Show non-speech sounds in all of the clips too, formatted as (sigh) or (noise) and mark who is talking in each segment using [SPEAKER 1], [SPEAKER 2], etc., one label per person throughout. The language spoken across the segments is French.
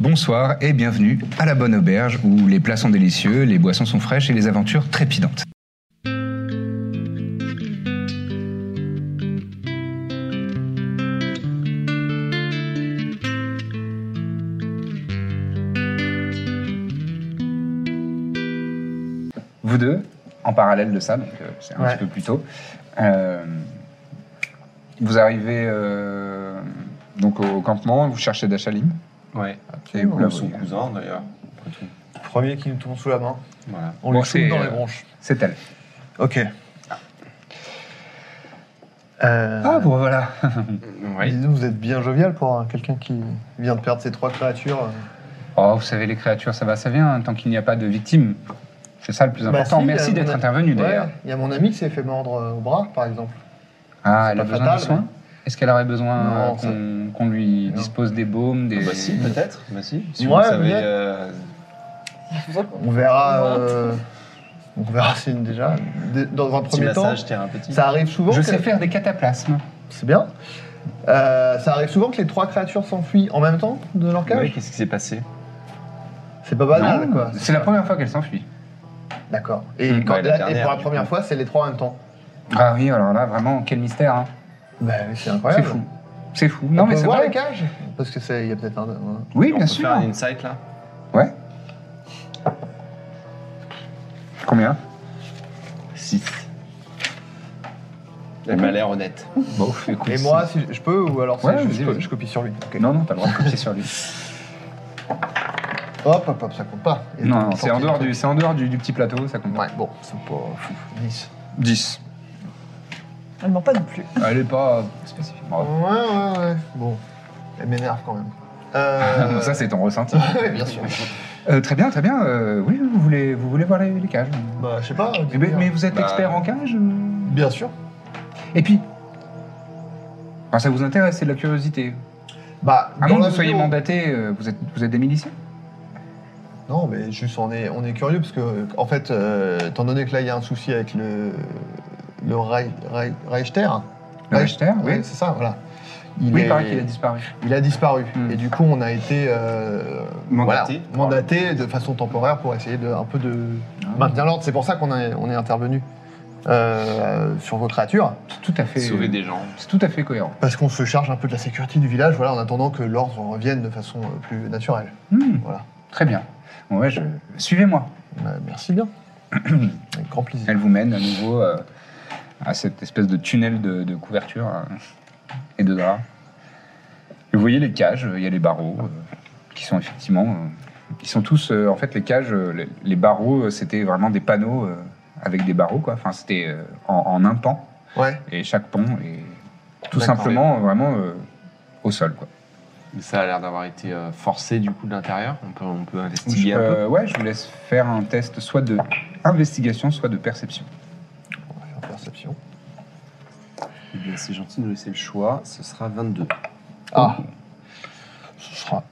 [SPEAKER 1] bonsoir et bienvenue à la bonne auberge où les plats sont délicieux, les boissons sont fraîches et les aventures trépidantes. Vous deux, en parallèle de ça, donc euh, c'est un
[SPEAKER 2] Ouais.
[SPEAKER 1] petit peu plus tôt, euh, vous arrivez euh, donc au campement, vous cherchez Dachalim.
[SPEAKER 3] Ouais.
[SPEAKER 1] Et vous la
[SPEAKER 3] Ou son
[SPEAKER 1] voyez.
[SPEAKER 3] cousin d'ailleurs. Après tout.
[SPEAKER 2] Premier qui nous tourne sous la main,
[SPEAKER 3] Voilà.
[SPEAKER 2] on
[SPEAKER 1] Bon,
[SPEAKER 2] lui
[SPEAKER 1] c'est,
[SPEAKER 2] fout dans
[SPEAKER 1] euh,
[SPEAKER 2] les bronches.
[SPEAKER 1] C'est elle.
[SPEAKER 2] Ok.
[SPEAKER 1] Ah, bon, voilà.
[SPEAKER 3] Oui.
[SPEAKER 2] Dites-nous, Euh, vous êtes bien jovial pour euh, quelqu'un qui vient de perdre ses trois créatures. euh.
[SPEAKER 1] Oh, vous savez, les créatures, ça va, ça vient, hein, tant qu'il n'y a pas de victime. C'est ça le plus important.
[SPEAKER 2] Bah si,
[SPEAKER 1] Merci
[SPEAKER 2] euh,
[SPEAKER 1] d'être
[SPEAKER 2] on a-
[SPEAKER 1] intervenu,
[SPEAKER 2] Ouais,
[SPEAKER 1] d'ailleurs.
[SPEAKER 2] il y a mon ami qui s'est fait mordre euh, au bras, par exemple.
[SPEAKER 1] Ah,
[SPEAKER 2] C'est
[SPEAKER 1] elle a
[SPEAKER 2] pas
[SPEAKER 1] besoin
[SPEAKER 2] fatal,
[SPEAKER 1] de soins Est-ce qu'elle aurait besoin
[SPEAKER 2] Non,
[SPEAKER 1] euh, qu'on qu'on lui
[SPEAKER 2] Non.
[SPEAKER 1] dispose des baumes, des...
[SPEAKER 3] Ah bah si, peut-être. Bah si. Si
[SPEAKER 2] Ouais,
[SPEAKER 3] vous savez.
[SPEAKER 2] mais-
[SPEAKER 3] euh,
[SPEAKER 2] On verra. euh, on verra si déjà. dé- Dans un
[SPEAKER 3] Petit
[SPEAKER 2] premier temps,
[SPEAKER 3] massage thérapeutique.
[SPEAKER 2] ça arrive souvent.
[SPEAKER 1] Je
[SPEAKER 2] que-
[SPEAKER 1] sais faire des cataplasmes.
[SPEAKER 2] C'est bien. Euh, ça arrive souvent que les trois créatures s'enfuient en même temps de leur
[SPEAKER 3] Ouais,
[SPEAKER 2] cage.
[SPEAKER 3] Qu'est-ce qui s'est passé
[SPEAKER 2] C'est pas banal,
[SPEAKER 1] Non,
[SPEAKER 2] quoi.
[SPEAKER 1] Ah, C'est la Hmm. première fois qu'elle s'enfuit.
[SPEAKER 2] D'accord. Et,
[SPEAKER 3] Mm,
[SPEAKER 2] quand-
[SPEAKER 3] ouais, la
[SPEAKER 2] là- et
[SPEAKER 3] dernière,
[SPEAKER 2] pour la
[SPEAKER 3] du
[SPEAKER 2] première
[SPEAKER 3] coup.
[SPEAKER 2] fois, c'est les trois en même temps.
[SPEAKER 1] Ah oui, alors là, vraiment, quel mystère. hein.
[SPEAKER 2] Ben, c'est
[SPEAKER 1] c'est
[SPEAKER 2] incroyable.
[SPEAKER 1] fou. C'est fou.
[SPEAKER 2] Non,
[SPEAKER 1] Non,
[SPEAKER 2] on
[SPEAKER 1] mais
[SPEAKER 2] peut
[SPEAKER 1] c'est
[SPEAKER 2] voir
[SPEAKER 1] vrai.
[SPEAKER 2] les cages Parce que c'est, il y a peut-être un. un-
[SPEAKER 1] Oui,
[SPEAKER 3] On
[SPEAKER 1] bien
[SPEAKER 3] peut
[SPEAKER 1] sûr.
[SPEAKER 3] faire un insight là
[SPEAKER 1] Ouais. Combien
[SPEAKER 3] 6. Elle m'a l'air honnête.
[SPEAKER 1] Bon, écoute,
[SPEAKER 2] Et
[SPEAKER 1] c'est-
[SPEAKER 2] moi, si je peux, ou alors c'est
[SPEAKER 1] Ouais,
[SPEAKER 2] je-
[SPEAKER 1] vas-y,
[SPEAKER 2] je, peux-
[SPEAKER 1] vas-y.
[SPEAKER 2] je copie sur lui. Ok.
[SPEAKER 1] Non, non, t'as le droit de copier sur lui.
[SPEAKER 2] Hop, hop, hop, ça compte pas. Et
[SPEAKER 1] Non,
[SPEAKER 2] donc,
[SPEAKER 1] non, c'est en
[SPEAKER 2] sorti-
[SPEAKER 1] dehors, du, c'est en dehors du, du petit plateau, ça compte.
[SPEAKER 2] Ouais, bon, c'est pas fou. 10.
[SPEAKER 1] 10.
[SPEAKER 4] Elle ment pas non plus.
[SPEAKER 1] Ah, Elle est pas spécifiquement.
[SPEAKER 2] Ouais, ouais, ouais. Bon, elle m'énerve quand même. (laughs) Euh,
[SPEAKER 1] ça, c'est ton ressenti.
[SPEAKER 2] ouais, bien (laughs) sûr.
[SPEAKER 1] Euh, très bien, très bien. euh, oui, vous voulez, vous voulez voir les, les cages.
[SPEAKER 2] Bah, je sais pas.
[SPEAKER 1] Mais, mais vous êtes
[SPEAKER 3] Bah.
[SPEAKER 1] expert en cage euh
[SPEAKER 2] Bien sûr.
[SPEAKER 1] Et puis enfin, Ça vous intéresse, c'est de la curiosité.
[SPEAKER 2] Bah,
[SPEAKER 1] À
[SPEAKER 2] dans
[SPEAKER 1] moins que
[SPEAKER 2] la
[SPEAKER 1] vous soyez
[SPEAKER 2] vidéo-
[SPEAKER 1] mandaté, euh, vous êtes, vous êtes des miliciens
[SPEAKER 2] Non, mais juste on est, on est curieux parce que, en fait, euh, étant donné que là il y a un souci avec le, le Reich- Reich- Reichter.
[SPEAKER 1] Le
[SPEAKER 2] Ouais.
[SPEAKER 1] Reichter, oui.
[SPEAKER 2] Ouais, c'est ça, voilà. Il
[SPEAKER 1] oui,
[SPEAKER 2] est-
[SPEAKER 1] il paraît qu'il a disparu.
[SPEAKER 2] il a disparu.
[SPEAKER 1] Hmm.
[SPEAKER 2] Et du coup, on a été euh,
[SPEAKER 3] Mandaté.
[SPEAKER 2] voilà, mandaté de façon temporaire pour essayer de, un peu de maintenir l'ordre. C'est pour ça qu'on a- on est intervenu euh, sur vos créatures.
[SPEAKER 1] C'est tout à fait.
[SPEAKER 3] (laughs) Sauver des gens.
[SPEAKER 1] C'est tout à fait cohérent.
[SPEAKER 2] Parce qu'on se charge un peu de la sécurité du village, voilà, en attendant que l'ordre revienne de façon euh, plus naturelle.
[SPEAKER 1] Hmm,
[SPEAKER 2] Voilà.
[SPEAKER 1] Très bien. Bon, ouais, je... Suivez-moi.
[SPEAKER 2] Euh, merci bien. Avec grand plaisir.
[SPEAKER 1] Elle vous mène à nouveau euh, à cette espèce de tunnel de, de couverture hein, et de draps. Et Vous voyez les cages, euh, il y a les barreaux euh, qui sont effectivement. euh, ils sont tous. euh, en fait, les cages, euh, les, les barreaux, euh, c'était vraiment des panneaux euh, avec des barreaux, quoi. Enfin, c'était euh, en, en un pan
[SPEAKER 2] Ouais.
[SPEAKER 1] et chaque pan est tout
[SPEAKER 2] D'accord.
[SPEAKER 1] simplement euh, vraiment euh, au sol, quoi.
[SPEAKER 3] Mais ça a l'air d'avoir été euh, forcé du coup de l'intérieur. On peut, on peut investiguer un peu.
[SPEAKER 1] Euh, ouais, je vous laisse faire un test soit de investigation, soit de perception.
[SPEAKER 2] On va faire perception.
[SPEAKER 3] Eh bien, c'est gentil de nous laisser le choix. Ce sera 22.
[SPEAKER 1] Oh.
[SPEAKER 2] Ah Ce sera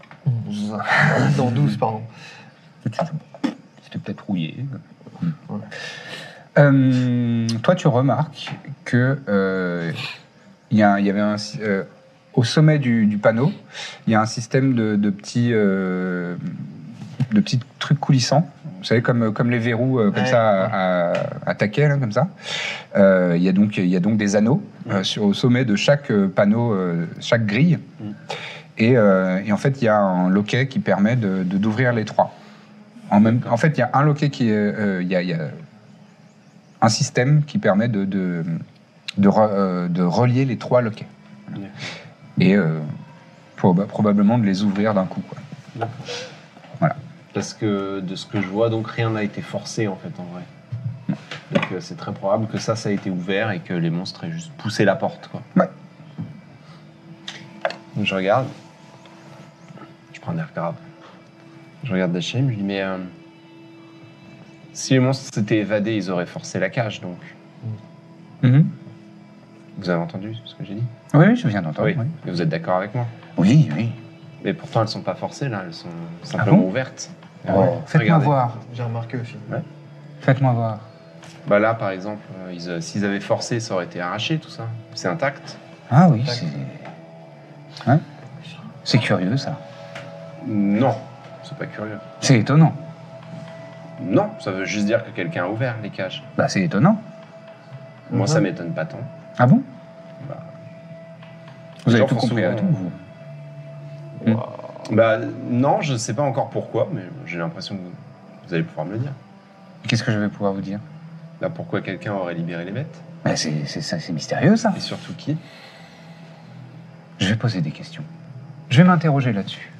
[SPEAKER 2] 11. non, 12, pardon.
[SPEAKER 1] C'était peut-être rouillé.
[SPEAKER 2] Voilà.
[SPEAKER 1] Euh, toi, tu remarques que euh, il y, a- il y avait un, sy- euh, au sommet du, du panneau, il y a un système de, de petits, euh, de petits trucs coulissants. Vous savez, comme, comme les verrous, euh, comme
[SPEAKER 2] Ouais.
[SPEAKER 1] ça, à, à- à taquet, là, comme ça. Euh, Il y, a donc- il y a donc des anneaux euh, sur, au sommet de chaque euh, panneau, euh, chaque grille.
[SPEAKER 3] Mhm.
[SPEAKER 1] Et, euh, et en fait, il y a un loquet qui permet de de- d'ouvrir les trois. En, même, en fait, il y a un loquet qui est. euh, Il y, a- il y a un système qui permet de, de, de re- euh, de relier les trois loquets.
[SPEAKER 3] D'accord.
[SPEAKER 1] Et euh, proba- probablement de les ouvrir d'un coup. quoi.
[SPEAKER 3] Parce que de ce que je vois, donc rien n'a été forcé en fait en vrai. Donc euh, c'est très probable que ça, ça a été ouvert et que les monstres aient juste poussé la porte quoi.
[SPEAKER 1] Ouais.
[SPEAKER 3] Donc, je regarde. Je prends un air grave. Je regarde Dachem, je dis mais euh, si les monstres s'étaient évadés, ils auraient forcé la cage donc. Vous avez entendu ce que j'ai dit
[SPEAKER 1] Mm-hmm. Oui, oui, je viens d'entendre. Oui,
[SPEAKER 3] Et vous êtes d'accord avec moi
[SPEAKER 1] oui.
[SPEAKER 3] Mais pourtant elles sont pas forcées là, elles sont simplement
[SPEAKER 1] Ah bon
[SPEAKER 3] ouvertes.
[SPEAKER 1] Oh, Faites-moi
[SPEAKER 3] Regardez.
[SPEAKER 1] voir.
[SPEAKER 2] J'ai remarqué aussi.
[SPEAKER 1] Faites-moi voir.
[SPEAKER 3] Bah là, par exemple, euh, ils, euh, s'ils avaient forcé, ça aurait été arraché, tout ça. C'est intact.
[SPEAKER 1] Ah oui,
[SPEAKER 2] Tac.
[SPEAKER 1] c'est. Hein C'est curieux ça.
[SPEAKER 3] Non, c'est pas curieux.
[SPEAKER 1] C'est étonnant.
[SPEAKER 3] Non, ça veut juste dire que quelqu'un a ouvert les cages.
[SPEAKER 1] Bah, c'est étonnant.
[SPEAKER 3] Moi,
[SPEAKER 2] Mhm.
[SPEAKER 3] ça m'étonne pas tant.
[SPEAKER 1] Ah bon
[SPEAKER 3] Bah,
[SPEAKER 1] Vous
[SPEAKER 3] les
[SPEAKER 1] avez
[SPEAKER 3] gens
[SPEAKER 1] tout
[SPEAKER 3] font
[SPEAKER 1] compris à
[SPEAKER 3] souvent-
[SPEAKER 1] tout, vous Mm.
[SPEAKER 3] Bah non, je sais pas encore pourquoi, mais j'ai l'impression que vous, vous allez pouvoir me le dire.
[SPEAKER 1] Qu'est-ce que je vais pouvoir vous dire
[SPEAKER 3] Là, pourquoi quelqu'un aurait libéré les bêtes
[SPEAKER 1] Bah, c'est c'est ça, c'est mystérieux, ça.
[SPEAKER 3] Et surtout qui
[SPEAKER 1] Je vais poser des questions. Je vais m'interroger là-dessus.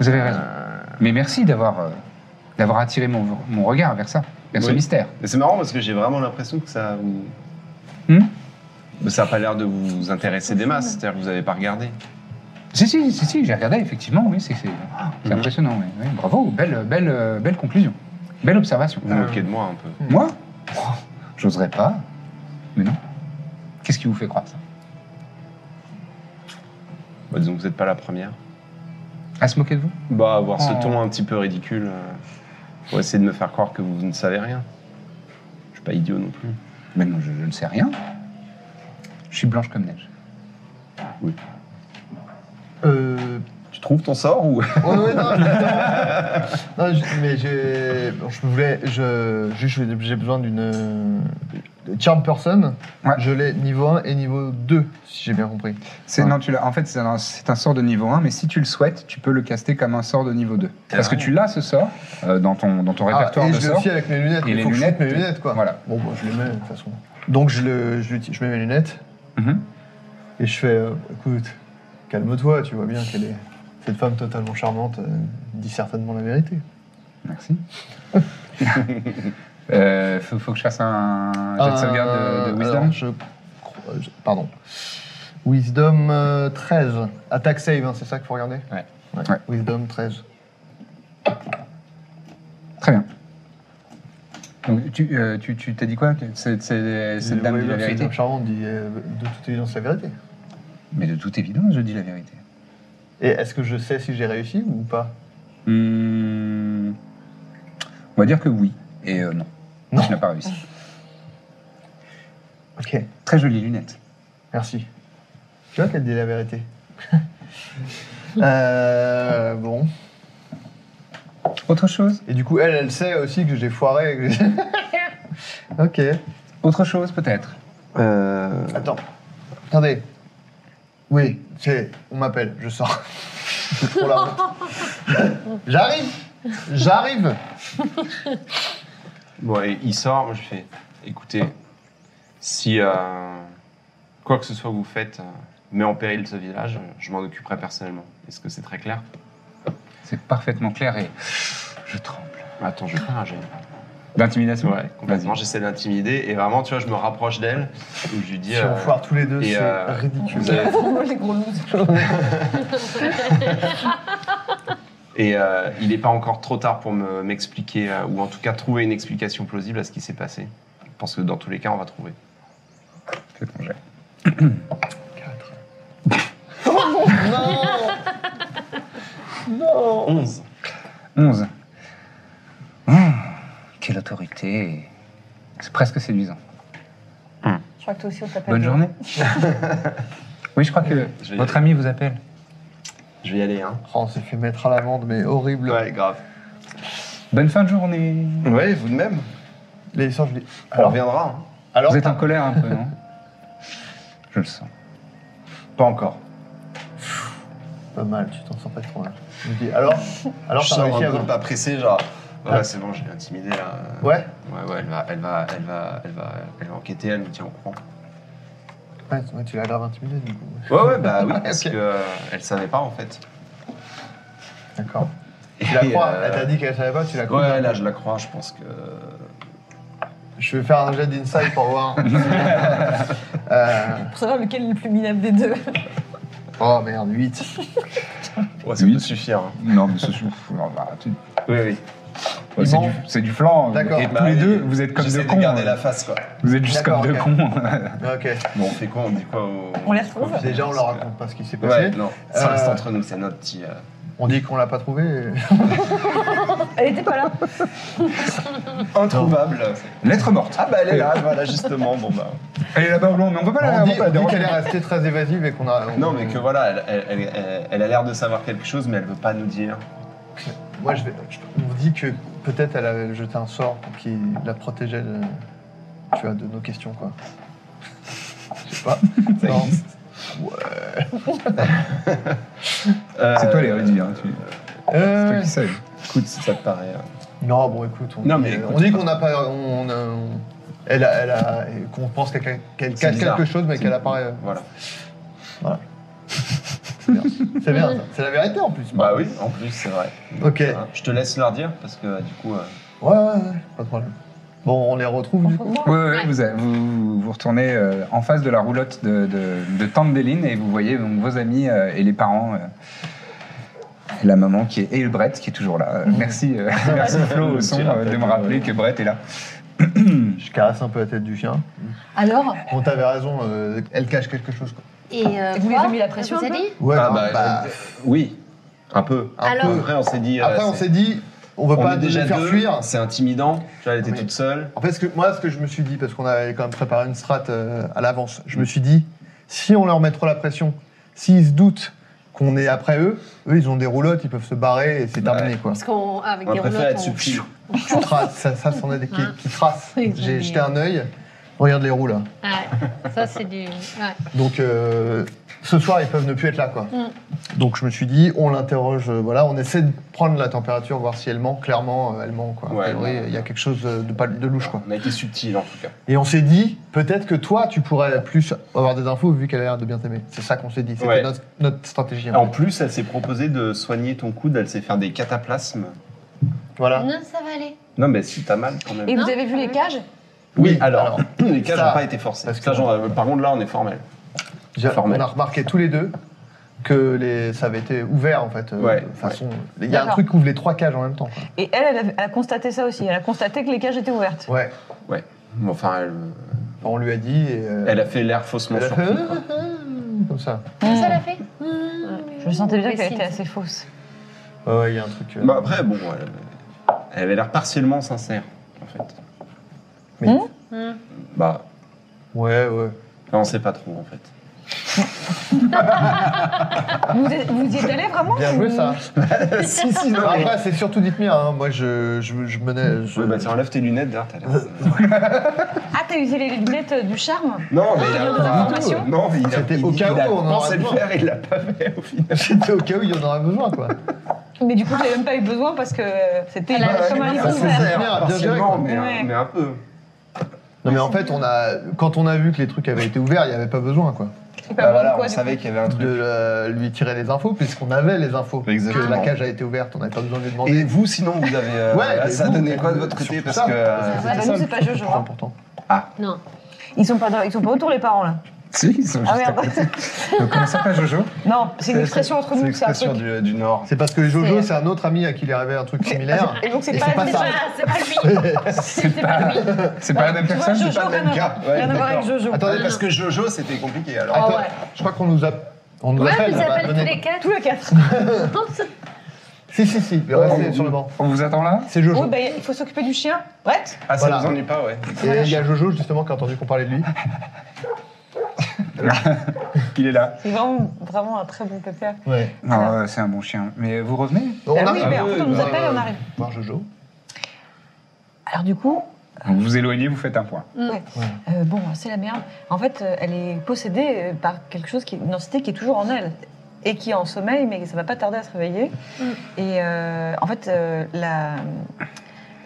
[SPEAKER 1] Vous avez raison. Mais merci d'avoir euh, d'avoir attiré mon, mon regard vers ça, vers ce
[SPEAKER 3] Oui.
[SPEAKER 1] mystère.
[SPEAKER 3] Mais c'est marrant parce que j'ai vraiment l'impression que ça vous...
[SPEAKER 1] Hmm
[SPEAKER 3] Ça a pas l'air de vous intéresser des masses, c'est-à-dire que vous avez pas regardé.
[SPEAKER 1] Si, si, si, si, j'ai regardé, effectivement, oui, c'est c'est- c'est
[SPEAKER 3] Mhm.
[SPEAKER 1] impressionnant. oui, oui. Bravo, belle, belle, euh, belle conclusion. Belle observation. Euh,
[SPEAKER 3] Vous vous moquez de moi un peu.
[SPEAKER 1] Moi Oh, J'oserais pas, mais non. Qu'est-ce qui vous fait croire ça
[SPEAKER 3] Bah, disons que vous n'êtes pas la première.
[SPEAKER 1] À se moquer de vous
[SPEAKER 3] Bah, avoir
[SPEAKER 1] Oh.
[SPEAKER 3] ce ton un petit peu ridicule euh, pour essayer de me faire croire que vous ne savez rien. Je suis pas idiot non plus.
[SPEAKER 1] Mais Ben non, je, je ne sais rien. Je suis blanche comme neige.
[SPEAKER 2] Euh,
[SPEAKER 3] Tu trouves ton sort ou
[SPEAKER 2] Ouais, ouais, non, justement.
[SPEAKER 1] (laughs)
[SPEAKER 2] Non, je- mais j'ai- bon, je voulais, je, juste, j'ai- j'ai besoin d'une euh, de charm person.
[SPEAKER 1] Ouais.
[SPEAKER 2] Je l'ai niveau 1 et niveau 2, si j'ai bien compris.
[SPEAKER 1] C'est
[SPEAKER 2] Ouais.
[SPEAKER 1] non, tu l'as- En fait, c'est un, c'est un sort de niveau 1, mais si tu le souhaites, tu peux le caster comme un sort de niveau 2. Parce que tu l'as ce sort euh, dans ton dans ton
[SPEAKER 2] Ah,
[SPEAKER 1] répertoire
[SPEAKER 2] et
[SPEAKER 1] de
[SPEAKER 2] je l'ai
[SPEAKER 1] sorts.
[SPEAKER 2] aussi avec mes lunettes.
[SPEAKER 1] Et
[SPEAKER 2] il
[SPEAKER 1] les
[SPEAKER 2] faut que je mette
[SPEAKER 1] lunettes,
[SPEAKER 2] mes lunettes, quoi.
[SPEAKER 1] Voilà.
[SPEAKER 2] Bon, bah, je les mets de toute façon. Donc je, le, je, l'utilise- je mets mes lunettes
[SPEAKER 1] Mhm.
[SPEAKER 2] et je fais, euh, écoute, calme-toi, tu vois bien qu'elle est cette femme totalement charmante euh, dit certainement la vérité. (laughs)
[SPEAKER 1] Merci. euh, faut, faut que je fasse un jet de
[SPEAKER 2] Un-
[SPEAKER 1] sauvegarde de, de Wisdom.
[SPEAKER 2] Euh, alors, je crois- je- Pardon. Wisdom euh, 13. Attaque save, hein, c'est ça qu'il faut regarder
[SPEAKER 1] Ouais.
[SPEAKER 2] Ouais.
[SPEAKER 1] Ouais.
[SPEAKER 2] Wisdom 13.
[SPEAKER 1] Très bien. Donc, tu euh, tu- tu t'as dit quoi Cette c'est, cette dame dit la vérité
[SPEAKER 2] Charmant dit euh, de toute évidence la vérité.
[SPEAKER 1] Mais de toute évidence, je dis la vérité.
[SPEAKER 2] Et est-ce que je sais si j'ai réussi ou pas
[SPEAKER 1] Hmm, On va dire que oui et euh, non.
[SPEAKER 2] Non.
[SPEAKER 1] Tu n'as pas réussi.
[SPEAKER 2] Ok,
[SPEAKER 1] Très jolie lunette.
[SPEAKER 2] merci. Tu vois qu'elle dit la vérité. (laughs) Euh, bon.
[SPEAKER 1] Autre chose
[SPEAKER 2] Et du coup, elle, elle sait aussi que j'ai foiré. (laughs) et que- ok.
[SPEAKER 1] Autre chose peut-être
[SPEAKER 2] Attends. Attendez. Oui, c'est. On m'appelle, je sors. (laughs) C'est trop la honte. J'arrive J'arrive
[SPEAKER 3] Bon, et il sort, moi je fais écoutez, si euh, quoi que ce soit que vous faites euh, met en péril ce village, je m'en occuperai personnellement. Est-ce que c'est très clair
[SPEAKER 1] C'est parfaitement clair et je tremble.
[SPEAKER 3] Bah, Attends, je vais faire un jet.
[SPEAKER 1] D'intimidation
[SPEAKER 3] Ouais, complètement. J'essaie d'intimider et vraiment, tu vois, je me rapproche d'elle où je lui dis
[SPEAKER 2] Si on
[SPEAKER 3] euh,
[SPEAKER 2] foire tous les deux,
[SPEAKER 3] et,
[SPEAKER 2] c'est
[SPEAKER 3] euh,
[SPEAKER 2] ridicule.
[SPEAKER 3] vous avez-
[SPEAKER 5] (laughs) les gros loups.
[SPEAKER 3] (laughs) et euh, il n'est pas encore trop tard pour me- m'expliquer euh, ou en tout cas trouver une explication plausible à ce qui s'est passé. Je pense que dans tous les cas, on va trouver.
[SPEAKER 1] C'est ton jet.
[SPEAKER 2] Quatre.
[SPEAKER 3] Oh, 11
[SPEAKER 1] 11. Hum, quelle autorité. C'est presque séduisant.
[SPEAKER 5] Je crois que toi aussi on t'appelle.
[SPEAKER 1] Bonne journée. oui, je crois que
[SPEAKER 3] Je vais y
[SPEAKER 1] votre ami vous appelle.
[SPEAKER 3] Je vais y aller, hein.
[SPEAKER 2] Oh, on s'est fait mettre à l'amende, mais horrible.
[SPEAKER 3] grave.
[SPEAKER 1] Bonne fin de journée.
[SPEAKER 3] Ouais, vous de même.
[SPEAKER 2] Les histoires, je dis.
[SPEAKER 3] On
[SPEAKER 2] Alors,
[SPEAKER 3] reviendra. hein.
[SPEAKER 2] alors
[SPEAKER 1] Vous êtes en colère un peu, non Je le sens.
[SPEAKER 3] Pas encore.
[SPEAKER 2] pas mal, tu t'en sors pas trop mal. Je me dis, alors, alors
[SPEAKER 3] je
[SPEAKER 2] t'as
[SPEAKER 3] sors
[SPEAKER 2] réussi
[SPEAKER 3] un
[SPEAKER 2] à
[SPEAKER 3] peu
[SPEAKER 2] voir.
[SPEAKER 3] pas pressé, genre. Ouais,
[SPEAKER 2] Ah.
[SPEAKER 3] c'est bon, je l'ai intimidé là.
[SPEAKER 2] Ouais,
[SPEAKER 3] Ouais, ouais, elle va, elle va, elle va, elle va, elle va enquêter, elle nous tient au courant.
[SPEAKER 2] ouais, ouais, tu l'as grave intimidé du coup.
[SPEAKER 3] Ouais, ouais, bah oui, (laughs) parce
[SPEAKER 2] Ok.
[SPEAKER 3] que euh, elle savait pas en fait.
[SPEAKER 2] D'accord. Tu la
[SPEAKER 3] Et,
[SPEAKER 2] crois,
[SPEAKER 3] euh,
[SPEAKER 2] elle t'a dit qu'elle savait pas, tu la crois.
[SPEAKER 3] Ouais, là, je la crois, je pense que.
[SPEAKER 2] Je vais faire un jet d'insight pour
[SPEAKER 3] (laughs)
[SPEAKER 2] voir. Euh,
[SPEAKER 5] Pour savoir lequel est le plus minable des deux.
[SPEAKER 2] Oh merde, 8.
[SPEAKER 3] Ouais,
[SPEAKER 1] ça peut
[SPEAKER 3] suffire. hein.
[SPEAKER 1] Non, mais ce non, bah, tu-
[SPEAKER 3] Oui, oui.
[SPEAKER 1] Ouais, c'est
[SPEAKER 2] Bon.
[SPEAKER 1] du, c'est du flan.
[SPEAKER 2] D'accord.
[SPEAKER 1] Et tous
[SPEAKER 3] Bah,
[SPEAKER 1] les
[SPEAKER 3] et
[SPEAKER 1] deux, vous êtes comme
[SPEAKER 3] j'essaie
[SPEAKER 1] deux
[SPEAKER 3] de
[SPEAKER 1] cons.
[SPEAKER 3] garder
[SPEAKER 1] hein.
[SPEAKER 3] la face, quoi.
[SPEAKER 1] Vous êtes juste comme
[SPEAKER 2] D'accord,
[SPEAKER 1] deux
[SPEAKER 2] ok.
[SPEAKER 1] cons. (laughs)
[SPEAKER 2] Ok.
[SPEAKER 3] Bon, on fait quoi On dit quoi au-
[SPEAKER 5] On les retrouve
[SPEAKER 2] Déjà, on leur raconte pas ce qui s'est
[SPEAKER 3] Ouais,
[SPEAKER 2] passé.
[SPEAKER 3] non, ça reste
[SPEAKER 2] Euh,
[SPEAKER 3] entre nous, c'est notre petit. euh,
[SPEAKER 2] On dit qu'on l'a pas trouvé.
[SPEAKER 5] (laughs) Elle était pas là.
[SPEAKER 3] Introuvable.
[SPEAKER 1] Lettre morte.
[SPEAKER 3] Ah bah elle est
[SPEAKER 1] (laughs)
[SPEAKER 3] là, voilà justement. Bon bah.
[SPEAKER 1] Elle est là-bas au loin, mais on peut pas la
[SPEAKER 2] on dit,
[SPEAKER 1] peut la
[SPEAKER 2] on dit
[SPEAKER 1] déranger.
[SPEAKER 2] qu'elle est restée très évasive et qu'on a. on-
[SPEAKER 3] Non mais que voilà, elle, elle- elle- elle- elle a l'air de savoir quelque chose, mais elle veut pas
[SPEAKER 1] (laughs)
[SPEAKER 3] nous dire.
[SPEAKER 2] Moi, je vais, je- on dit que peut-être elle avait jeté un sort qui la protégeait de, tu vois, de nos questions, quoi. Je sais pas.
[SPEAKER 3] Ça
[SPEAKER 2] Non.
[SPEAKER 3] existe.
[SPEAKER 1] (laughs) C'est toi les
[SPEAKER 3] Euh,
[SPEAKER 1] redis, hein, tu- c'est toi
[SPEAKER 2] Euh,
[SPEAKER 1] qui sais.
[SPEAKER 3] Écoute, si ça te paraît. euh,
[SPEAKER 2] non, bon, écoute, on,
[SPEAKER 6] Non,
[SPEAKER 2] dit-
[SPEAKER 6] mais écoute,
[SPEAKER 2] on dit qu'on n'a pas. On, on a- on- elle a, elle a- et qu'on pense qu'elle qu'elle- qu'elle
[SPEAKER 3] C'est
[SPEAKER 2] cache
[SPEAKER 3] bizarre.
[SPEAKER 2] quelque chose, mais
[SPEAKER 3] C'est-
[SPEAKER 2] qu'elle apparaît. euh,
[SPEAKER 3] Voilà.
[SPEAKER 2] C'est bien, ça. c'est la vérité en plus.
[SPEAKER 3] Bah oui, en plus, c'est vrai.
[SPEAKER 2] Ok. Ouais,
[SPEAKER 3] Hein, Je te laisse leur dire parce que euh, du coup. euh,
[SPEAKER 2] ouais, ouais, pas de problème. Bon, on les retrouve du coup.
[SPEAKER 1] Ouais, ouais, vous, a- vous, vous retournez euh, en face de la roulotte de, de, de Tante Béline et vous voyez donc, vos amis euh, et les parents. euh, et la maman qui est, et le Brett qui est toujours là. Euh, Merci, euh, merci Flo au son
[SPEAKER 3] Petit
[SPEAKER 1] euh,
[SPEAKER 3] rappel,
[SPEAKER 1] de me rappeler que Brett est là.
[SPEAKER 2] Je caresse un peu la tête du chien.
[SPEAKER 7] Alors
[SPEAKER 2] Bon, t'avais raison, euh, elle cache quelque chose, quoi.
[SPEAKER 7] Et euh,
[SPEAKER 5] Et vous lui
[SPEAKER 7] quoi
[SPEAKER 5] avez mis la pression
[SPEAKER 7] Vous
[SPEAKER 5] un peu
[SPEAKER 7] avez dit
[SPEAKER 2] Ouais,
[SPEAKER 6] Ah,
[SPEAKER 2] hein,
[SPEAKER 6] bah,
[SPEAKER 2] bah,
[SPEAKER 6] euh, oui, un peu.
[SPEAKER 2] un
[SPEAKER 7] Alors-
[SPEAKER 2] peu.
[SPEAKER 3] Après, on s'est dit. euh,
[SPEAKER 2] Après, on
[SPEAKER 3] c'est-
[SPEAKER 2] s'est dit, on veut
[SPEAKER 3] on
[SPEAKER 2] pas
[SPEAKER 3] est
[SPEAKER 2] déjà
[SPEAKER 3] déjà
[SPEAKER 2] les faire
[SPEAKER 3] deux,
[SPEAKER 2] fuir.
[SPEAKER 3] C'est intimidant. Tu vois, elle était
[SPEAKER 2] Mais-
[SPEAKER 3] toute seule.
[SPEAKER 2] En fait, ce que, moi, ce que je me suis dit, parce qu'on avait quand même préparé une strat euh, à l'avance, je me suis dit, si on leur met trop la pression, s'ils se doutent qu'on est après eux, eux, ils ont des roulottes, ils peuvent se barrer et c'est
[SPEAKER 3] Bah
[SPEAKER 2] terminé, quoi.
[SPEAKER 7] Parce qu'avec
[SPEAKER 3] On
[SPEAKER 7] des
[SPEAKER 3] préfère
[SPEAKER 7] roulottes,
[SPEAKER 3] être
[SPEAKER 7] on...
[SPEAKER 3] subtil.
[SPEAKER 2] On trace, ça, ça c'en est des qui, qui tracent.
[SPEAKER 7] Ils ont
[SPEAKER 2] J'ai
[SPEAKER 7] des-
[SPEAKER 2] jeté un œil, regarde les roues, là.
[SPEAKER 7] Ouais, ça c'est du... Ouais.
[SPEAKER 2] Donc, euh, ce soir, ils peuvent ne plus être là, quoi.
[SPEAKER 7] Mm.
[SPEAKER 2] Donc, je me suis dit, on l'interroge, euh, voilà, on essaie de prendre la température, voir si elle ment. Clairement, euh, elle ment, quoi. A
[SPEAKER 3] Ouais,
[SPEAKER 2] priori,
[SPEAKER 3] ouais.
[SPEAKER 2] il y a quelque chose de, pas- de louche, quoi.
[SPEAKER 3] On a été subtil en tout cas.
[SPEAKER 2] Et on s'est dit, peut-être que toi, tu pourrais plus avoir des infos vu qu'elle a l'air de bien t'aimer. C'est ça qu'on s'est dit. C'était
[SPEAKER 3] Ouais. Ah,
[SPEAKER 2] notre, notre stratégie. hein. en
[SPEAKER 3] En
[SPEAKER 2] fait.
[SPEAKER 3] plus, elle s'est proposée de soigner ton coude. Elle sait faire des cataplasmes. Ah.
[SPEAKER 2] Voilà.
[SPEAKER 7] Non, ça va aller.
[SPEAKER 3] Non, mais si t'as mal quand même.
[SPEAKER 5] Et vous
[SPEAKER 7] Non.
[SPEAKER 5] avez vu les cages
[SPEAKER 3] Oui, alors, (clears throat) les cages
[SPEAKER 2] ça,
[SPEAKER 3] n'ont pas été forcées.
[SPEAKER 2] parce que-
[SPEAKER 3] Ça, j'en- euh, par contre, là, on est formel.
[SPEAKER 2] J'ai-
[SPEAKER 3] formel.
[SPEAKER 2] On a remarqué tous les deux que les, ça avait été ouvert en fait. euh,
[SPEAKER 3] Ouais,
[SPEAKER 2] de façon. Il y a un
[SPEAKER 5] D'accord.
[SPEAKER 2] truc qui ouvre les trois cages en même temps. quoi.
[SPEAKER 5] Et elle, elle a, elle a constaté ça aussi. Elle a constaté que les cages étaient ouvertes.
[SPEAKER 2] Ouais.
[SPEAKER 3] Enfin, elle,
[SPEAKER 2] On lui a dit. Et, euh,
[SPEAKER 3] elle a fait l'air faussement
[SPEAKER 2] elle a
[SPEAKER 3] surprise.
[SPEAKER 2] fait,
[SPEAKER 3] quoi.
[SPEAKER 2] comme ça.
[SPEAKER 7] Ça l'a fait
[SPEAKER 5] Mmh.
[SPEAKER 7] Mmh.
[SPEAKER 5] Je sentais bien
[SPEAKER 7] Mais
[SPEAKER 5] qu'elle
[SPEAKER 7] si.
[SPEAKER 5] était assez fausse.
[SPEAKER 2] Ouais, ouais, il y a un truc. euh,
[SPEAKER 3] Bah, après, bon, elle, elle avait l'air partiellement sincère, en fait.
[SPEAKER 7] Hmm.
[SPEAKER 3] Bah,
[SPEAKER 2] Ouais, ouais.
[SPEAKER 3] on sait pas trop, en fait.
[SPEAKER 2] (laughs)
[SPEAKER 5] Vous, êtes- vous y êtes allé vraiment
[SPEAKER 2] Bien joué ça.
[SPEAKER 3] si, si, (laughs) non, mais-
[SPEAKER 2] Ah, Après, c'est surtout dites-moi. hein, Moi, je, je, je menais. je-
[SPEAKER 3] Oui,
[SPEAKER 2] (laughs)
[SPEAKER 3] bah, tiens, enlève tes lunettes, d'ailleurs, t'as l'air.
[SPEAKER 5] Ah, t'as usé les lunettes euh, du charme
[SPEAKER 3] Euh, Non, mais il
[SPEAKER 5] Il y a
[SPEAKER 3] a
[SPEAKER 5] des
[SPEAKER 3] pas-
[SPEAKER 5] informations
[SPEAKER 3] Non, mais il a-
[SPEAKER 2] C'était
[SPEAKER 3] il-
[SPEAKER 2] au cas
[SPEAKER 3] il a
[SPEAKER 2] où, on en
[SPEAKER 3] pensé
[SPEAKER 2] aurait
[SPEAKER 3] le
[SPEAKER 2] besoin.
[SPEAKER 3] faire, il l'a pas fait, au final.
[SPEAKER 2] C'était au cas où il y en aurait besoin, quoi.
[SPEAKER 5] Mais du coup, t'avais même pas eu besoin parce que euh, c'était
[SPEAKER 7] Elle a-
[SPEAKER 5] comme un
[SPEAKER 7] elle a-
[SPEAKER 5] livre
[SPEAKER 2] ça,
[SPEAKER 5] ouvert.
[SPEAKER 2] c'est- Bien joué,
[SPEAKER 3] Partiellement,
[SPEAKER 2] quoi.
[SPEAKER 3] mais un-
[SPEAKER 5] Ouais.
[SPEAKER 3] mais un peu.
[SPEAKER 2] Non, mais en fait, on a, quand on a vu que les trucs avaient été ouverts, il n'y avait pas besoin, quoi.
[SPEAKER 5] C'est pas
[SPEAKER 3] Bah,
[SPEAKER 5] bon,
[SPEAKER 3] voilà,
[SPEAKER 5] quoi,
[SPEAKER 3] on
[SPEAKER 5] du
[SPEAKER 3] savait
[SPEAKER 5] coup.
[SPEAKER 3] qu'il y avait un
[SPEAKER 2] de
[SPEAKER 3] truc.
[SPEAKER 2] euh, lui tirer les infos, puisqu'on avait les infos.
[SPEAKER 3] Exactement.
[SPEAKER 2] Que la cage a été ouverte, on n'avait pas besoin de lui demander.
[SPEAKER 3] Et vous, sinon, vous avez. euh,
[SPEAKER 2] Ouais,
[SPEAKER 3] ça
[SPEAKER 2] et vous,
[SPEAKER 3] donnait quoi de votre
[SPEAKER 2] surtout
[SPEAKER 3] côté Parce
[SPEAKER 2] ça.
[SPEAKER 3] que. euh,
[SPEAKER 5] Ah, bah, nous, c'est pas Jojo.
[SPEAKER 2] C'est
[SPEAKER 5] hein.
[SPEAKER 2] important.
[SPEAKER 7] Non.
[SPEAKER 5] Ils sont pas, dans- ils sont pas autour, les parents, là.
[SPEAKER 1] Si, ils sont juste
[SPEAKER 5] Ah
[SPEAKER 1] à
[SPEAKER 5] merde.
[SPEAKER 1] côté. Donc, comment ça s'appelle Jojo
[SPEAKER 5] (laughs) Non, c'est une expression entre nous, c'est un
[SPEAKER 3] l'expression
[SPEAKER 5] truc.
[SPEAKER 3] du, du Nord.
[SPEAKER 2] C'est parce que Jojo,
[SPEAKER 7] C'est-
[SPEAKER 2] c'est un autre ami à qui il est arrivé un truc similaire.
[SPEAKER 5] Et donc, euh, c'est
[SPEAKER 2] Et
[SPEAKER 5] pas,
[SPEAKER 2] c'est pas
[SPEAKER 5] la-
[SPEAKER 2] ça.
[SPEAKER 7] c'est pas lui.
[SPEAKER 1] C'est pas, c'est pas la même
[SPEAKER 5] Tu vois,
[SPEAKER 1] personne
[SPEAKER 5] Jojo,
[SPEAKER 1] c'est pas
[SPEAKER 5] rien à- rien à voir avec Jojo.
[SPEAKER 2] Attendez,
[SPEAKER 3] Parce que Jojo, c'était compliqué alors.
[SPEAKER 2] Attends,
[SPEAKER 5] Ah ouais.
[SPEAKER 2] je crois qu'on nous a. On nous
[SPEAKER 7] Ouais,
[SPEAKER 2] appelle.
[SPEAKER 7] ils
[SPEAKER 2] là,
[SPEAKER 7] appellent tous
[SPEAKER 2] venez.
[SPEAKER 7] les quatre.
[SPEAKER 5] Tous les quatre.
[SPEAKER 2] Si, si, si, mais restez sur le banc.
[SPEAKER 1] On vous attend là
[SPEAKER 2] C'est
[SPEAKER 5] Oui,
[SPEAKER 2] Jojo.
[SPEAKER 5] bah, il faut s'occuper du chien. Brett
[SPEAKER 3] Ah, ça
[SPEAKER 2] Voilà.
[SPEAKER 3] vous ennuie pas, ouais.
[SPEAKER 2] Et il y a Jojo, justement, qui a entendu qu'on parlait de lui.
[SPEAKER 1] Il est là.
[SPEAKER 5] C'est vraiment, vraiment un très bon pépère.
[SPEAKER 2] Ouais.
[SPEAKER 1] Non, euh, c'est un bon chien. Mais vous revenez
[SPEAKER 2] On
[SPEAKER 5] Ah oui,
[SPEAKER 2] arrive.
[SPEAKER 5] mais en fait, on nous
[SPEAKER 2] bah,
[SPEAKER 5] appelle et on
[SPEAKER 2] euh,
[SPEAKER 5] arrive.
[SPEAKER 2] Voir Jojo.
[SPEAKER 5] Alors, du coup,
[SPEAKER 1] Vous vous éloignez, vous faites un point.
[SPEAKER 5] Euh, bon, c'est la merde. En fait, euh, elle est possédée euh, par quelque chose, qui, une entité qui est toujours en elle et qui est en sommeil, mais ça va pas tarder à se réveiller. Et euh, en fait, euh, la,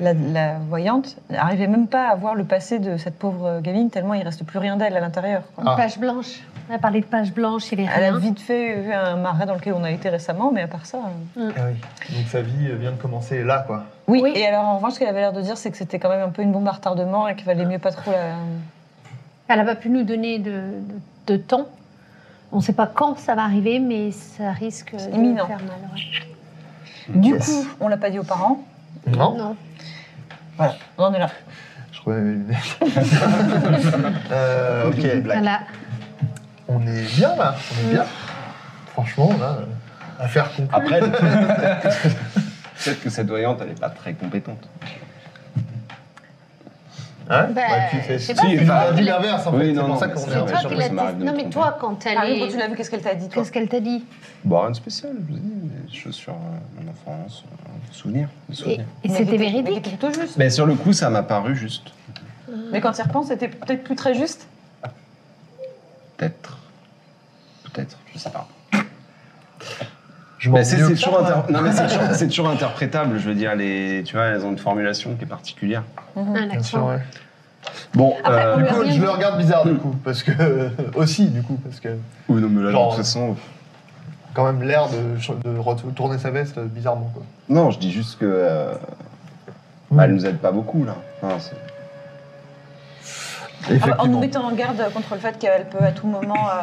[SPEAKER 5] la, la voyante n'arrivait même pas à voir le passé de cette pauvre gamine, tellement il reste plus rien d'elle à l'intérieur. quoi.
[SPEAKER 2] Ah.
[SPEAKER 7] Page blanche. On a parlé de page blanche, il est
[SPEAKER 5] Elle a
[SPEAKER 7] rien.
[SPEAKER 5] vite fait vu un marais dans lequel on a été récemment, mais à part ça. euh.
[SPEAKER 2] Ah oui. Donc sa vie vient de commencer là, quoi.
[SPEAKER 5] Oui.
[SPEAKER 7] Oui.
[SPEAKER 5] et alors en revanche, ce qu'elle avait l'air de dire, c'est que c'était quand même un peu une bombe à retardement et qu'il valait mieux pas trop la.
[SPEAKER 7] Elle n'a pas pu nous donner de, de- de temps. On ne sait pas quand ça va arriver, mais ça risque de
[SPEAKER 5] C'est imminent.
[SPEAKER 7] faire mal. ouais.
[SPEAKER 5] Du
[SPEAKER 2] Yes.
[SPEAKER 5] coup, on l'a pas dit aux parents.
[SPEAKER 2] Non
[SPEAKER 7] Non.
[SPEAKER 5] On en est là.
[SPEAKER 2] Je crois
[SPEAKER 3] (laughs)
[SPEAKER 2] euh, Ok.
[SPEAKER 7] Voilà.
[SPEAKER 2] On est bien là, on est bien. Franchement, là. euh, Affaire conclue.
[SPEAKER 3] (laughs) Après, peut-être que cette voyante, elle n'est pas très compétente.
[SPEAKER 2] Hein
[SPEAKER 7] Bah,
[SPEAKER 2] tu fais
[SPEAKER 7] je
[SPEAKER 2] si,
[SPEAKER 7] sais pas, c'est
[SPEAKER 2] on a
[SPEAKER 7] toi
[SPEAKER 2] dit
[SPEAKER 7] qui-
[SPEAKER 2] l'inverse en
[SPEAKER 3] Oui,
[SPEAKER 2] fait. C'est
[SPEAKER 3] non,
[SPEAKER 2] pour
[SPEAKER 3] non,
[SPEAKER 2] ça
[SPEAKER 3] mais
[SPEAKER 2] qu'on
[SPEAKER 3] c'est
[SPEAKER 2] est en fait.
[SPEAKER 3] je
[SPEAKER 7] C'est toi qui
[SPEAKER 3] pense
[SPEAKER 7] l'as
[SPEAKER 3] que ça m'arrive
[SPEAKER 7] dit.
[SPEAKER 3] de
[SPEAKER 7] Non,
[SPEAKER 3] me
[SPEAKER 7] mais
[SPEAKER 3] tromper.
[SPEAKER 7] toi, quand elle
[SPEAKER 5] Ah oui,
[SPEAKER 7] est.
[SPEAKER 5] quand tu l'as vu, qu'est-ce qu'elle t'a dit toi
[SPEAKER 7] Qu'est-ce qu'elle t'a dit
[SPEAKER 3] Bon, rien de spécial, je vous ai dit, des choses sur euh, mon enfance, euh, des souvenirs. des
[SPEAKER 7] Et,
[SPEAKER 3] souvenirs.
[SPEAKER 7] et
[SPEAKER 5] Mais qui
[SPEAKER 7] c'était
[SPEAKER 5] était- mais
[SPEAKER 7] véridique.
[SPEAKER 5] qui était plutôt juste.
[SPEAKER 3] Mais sur le coup, ça m'a paru juste.
[SPEAKER 5] Mais quand tu y repenses, c'était peut-être plus très juste. Ah bah,
[SPEAKER 3] Peut-être. Peut-être, je sais pas.
[SPEAKER 2] Je
[SPEAKER 3] Mais
[SPEAKER 2] m'en
[SPEAKER 3] c'est
[SPEAKER 2] mieux
[SPEAKER 3] c'est
[SPEAKER 2] que ça,
[SPEAKER 3] toujours,
[SPEAKER 2] moi.
[SPEAKER 3] inter- non, mais c'est toujours, c'est toujours interprétable, je veux dire, les, tu vois, elles ont une formulation qui est particulière.
[SPEAKER 7] Un
[SPEAKER 2] Bien sûr,
[SPEAKER 7] accent.
[SPEAKER 2] ouais.
[SPEAKER 3] Bon,
[SPEAKER 7] Après, on
[SPEAKER 2] euh, Du
[SPEAKER 7] lui a
[SPEAKER 2] coup,
[SPEAKER 7] rien
[SPEAKER 2] je
[SPEAKER 7] dit.
[SPEAKER 2] le regarde bizarre
[SPEAKER 3] Hmm.
[SPEAKER 2] du coup, parce que (laughs) aussi du coup, parce que
[SPEAKER 3] oui, non, mais là,
[SPEAKER 2] Genre-
[SPEAKER 3] de toute façon.
[SPEAKER 2] quand même l'air de, de retourner sa veste euh, bizarrement quoi.
[SPEAKER 3] Non, je dis juste que. euh,
[SPEAKER 2] Hmm.
[SPEAKER 3] bah, elle nous aide pas beaucoup, là. Enfin, c'est-
[SPEAKER 5] Ah bah, en nous
[SPEAKER 2] Effectivement.
[SPEAKER 5] mettant en garde contre le fait qu'elle peut à tout moment euh,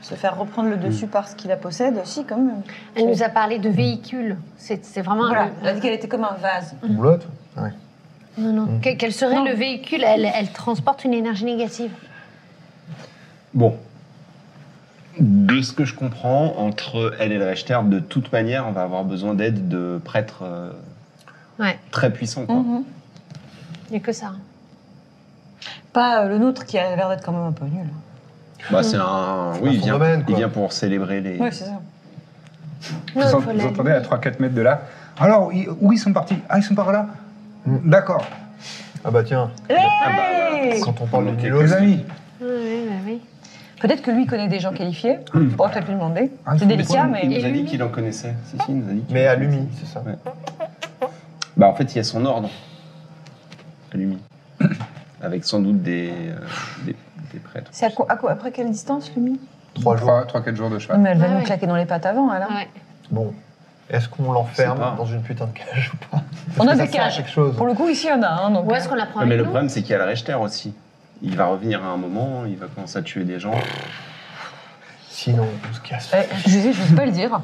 [SPEAKER 5] se faire reprendre le dessus
[SPEAKER 1] Mm.
[SPEAKER 5] par ce qui la possède, si quand même.
[SPEAKER 7] Elle nous a parlé de véhicules. C'est c'est vraiment.
[SPEAKER 5] Voilà,
[SPEAKER 7] un-
[SPEAKER 5] elle a dit qu'elle était comme un vase.
[SPEAKER 2] Roulotte Ouais.
[SPEAKER 7] Non, non.
[SPEAKER 2] Mm.
[SPEAKER 7] Que- Quel serait
[SPEAKER 5] Non.
[SPEAKER 7] le véhicule elle, elle transporte une énergie négative.
[SPEAKER 3] Bon. De ce que je comprends, entre elle et le Rechter, de toute manière, on va avoir besoin d'aide de prêtres euh,
[SPEAKER 7] Ouais, Mhm.
[SPEAKER 3] très puissants.
[SPEAKER 1] Mm-hmm.
[SPEAKER 3] quoi.
[SPEAKER 5] Mm-hmm.
[SPEAKER 7] il n'y a que ça. hein.
[SPEAKER 5] Pas euh, le nôtre qui a l'air d'être quand même un peu nul.
[SPEAKER 3] Bah, c'est un.
[SPEAKER 2] pas
[SPEAKER 3] Oui, il
[SPEAKER 2] son
[SPEAKER 3] vient,
[SPEAKER 2] domaine, quoi.
[SPEAKER 3] il vient pour célébrer les.
[SPEAKER 5] Oui, c'est ça.
[SPEAKER 7] Non,
[SPEAKER 1] vous, en-
[SPEAKER 7] faut
[SPEAKER 1] vous
[SPEAKER 7] la-
[SPEAKER 1] entendez à 3-4 mètres de là Alors, ils- où ils sont partis Ah, ils sont par là D'accord.
[SPEAKER 2] Ah bah tiens,
[SPEAKER 3] Ah, bah, voilà.
[SPEAKER 2] quand on parle de
[SPEAKER 3] Donc,
[SPEAKER 2] Nilo,
[SPEAKER 1] Les amis,
[SPEAKER 7] Ouais, ouais, bah oui.
[SPEAKER 5] Peut-être que lui connaît des gens qualifiés. On pourrait peut-être lui demander.
[SPEAKER 1] Ah,
[SPEAKER 5] C'est
[SPEAKER 1] il faut
[SPEAKER 5] délicat,
[SPEAKER 1] lui-
[SPEAKER 5] mais.
[SPEAKER 3] Il nous a
[SPEAKER 7] Et
[SPEAKER 3] dit
[SPEAKER 7] lui
[SPEAKER 3] qu'il en connaissait. Si, si, il nous a dit qu'il
[SPEAKER 2] mais
[SPEAKER 3] en
[SPEAKER 2] à
[SPEAKER 3] connaissait.
[SPEAKER 2] Lumi, c'est ça.
[SPEAKER 3] Ouais. Bah, en fait, il y a son ordre. À Lumi. (coughs) Avec sans doute des, euh, des, des prêtres.
[SPEAKER 5] C'est à quoi, à quoi- après quelle distance, lui
[SPEAKER 2] Trois jours.
[SPEAKER 1] 3-4 jours de
[SPEAKER 5] Non,
[SPEAKER 1] cheval.
[SPEAKER 5] mais elle va
[SPEAKER 7] Ouais,
[SPEAKER 5] nous
[SPEAKER 7] ouais.
[SPEAKER 5] claquer dans les pattes avant, alors.
[SPEAKER 7] Ah Ouais.
[SPEAKER 2] Bon, est-ce qu'on
[SPEAKER 3] Je sais
[SPEAKER 2] l'enferme
[SPEAKER 3] pas.
[SPEAKER 2] dans une putain de cage ou pas
[SPEAKER 5] On a
[SPEAKER 2] Est-ce que
[SPEAKER 5] des
[SPEAKER 2] ça sert à
[SPEAKER 5] cages.
[SPEAKER 2] quelque chose.
[SPEAKER 5] Pour le coup, ici, il y en a un. donc,
[SPEAKER 7] Où est-ce
[SPEAKER 5] euh,
[SPEAKER 7] qu'on la prend
[SPEAKER 2] Ah,
[SPEAKER 3] Ouais, mais
[SPEAKER 7] avec
[SPEAKER 3] le
[SPEAKER 7] nous
[SPEAKER 3] problème, c'est qu'il y a le Rechter aussi. Il va revenir à un moment, il va commencer à tuer des gens.
[SPEAKER 2] Sinon, on se casse.
[SPEAKER 5] eh, je sais, je ne sais pas le dire.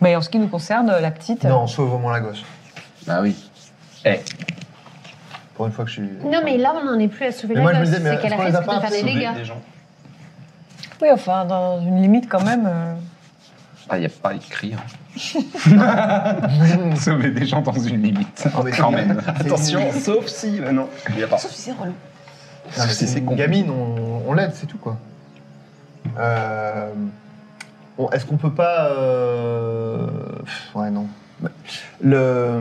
[SPEAKER 5] Mais en ce qui nous concerne, la petite. euh,
[SPEAKER 2] Non, sauve au moins la gosse.
[SPEAKER 3] Bah oui. Eh,
[SPEAKER 2] Pour une fois que je suis.
[SPEAKER 7] Non, mais là, on n'en est plus à sauver
[SPEAKER 2] Mais
[SPEAKER 7] la
[SPEAKER 2] moi, je me
[SPEAKER 7] gosse.
[SPEAKER 2] disais, mais
[SPEAKER 7] C'est qu'elle
[SPEAKER 2] est-ce qu'on les a
[SPEAKER 7] risque
[SPEAKER 2] pas
[SPEAKER 7] de faire des
[SPEAKER 3] sauver
[SPEAKER 7] dégâts.
[SPEAKER 2] (laughs)
[SPEAKER 3] des gens.
[SPEAKER 5] Oui, enfin, dans une limite quand même. euh.
[SPEAKER 3] Ah, il n'y a pas écrit.
[SPEAKER 1] (laughs)
[SPEAKER 3] hein.
[SPEAKER 1] Sauver des gens dans une
[SPEAKER 2] (laughs)
[SPEAKER 1] limite.
[SPEAKER 2] Ah, mais
[SPEAKER 3] Quand même.
[SPEAKER 2] c'est-
[SPEAKER 3] Attention, (laughs) sauf si. Bah non, il n'y a pas.
[SPEAKER 5] Sauf si c'est relou.
[SPEAKER 2] Non, mais
[SPEAKER 3] Si c'est
[SPEAKER 2] c'est une
[SPEAKER 3] compliqué.
[SPEAKER 2] gamine, on, on l'aide, c'est tout quoi. Euh, bon, Est-ce qu'on peut pas. euh, pff, Ouais, non. Le,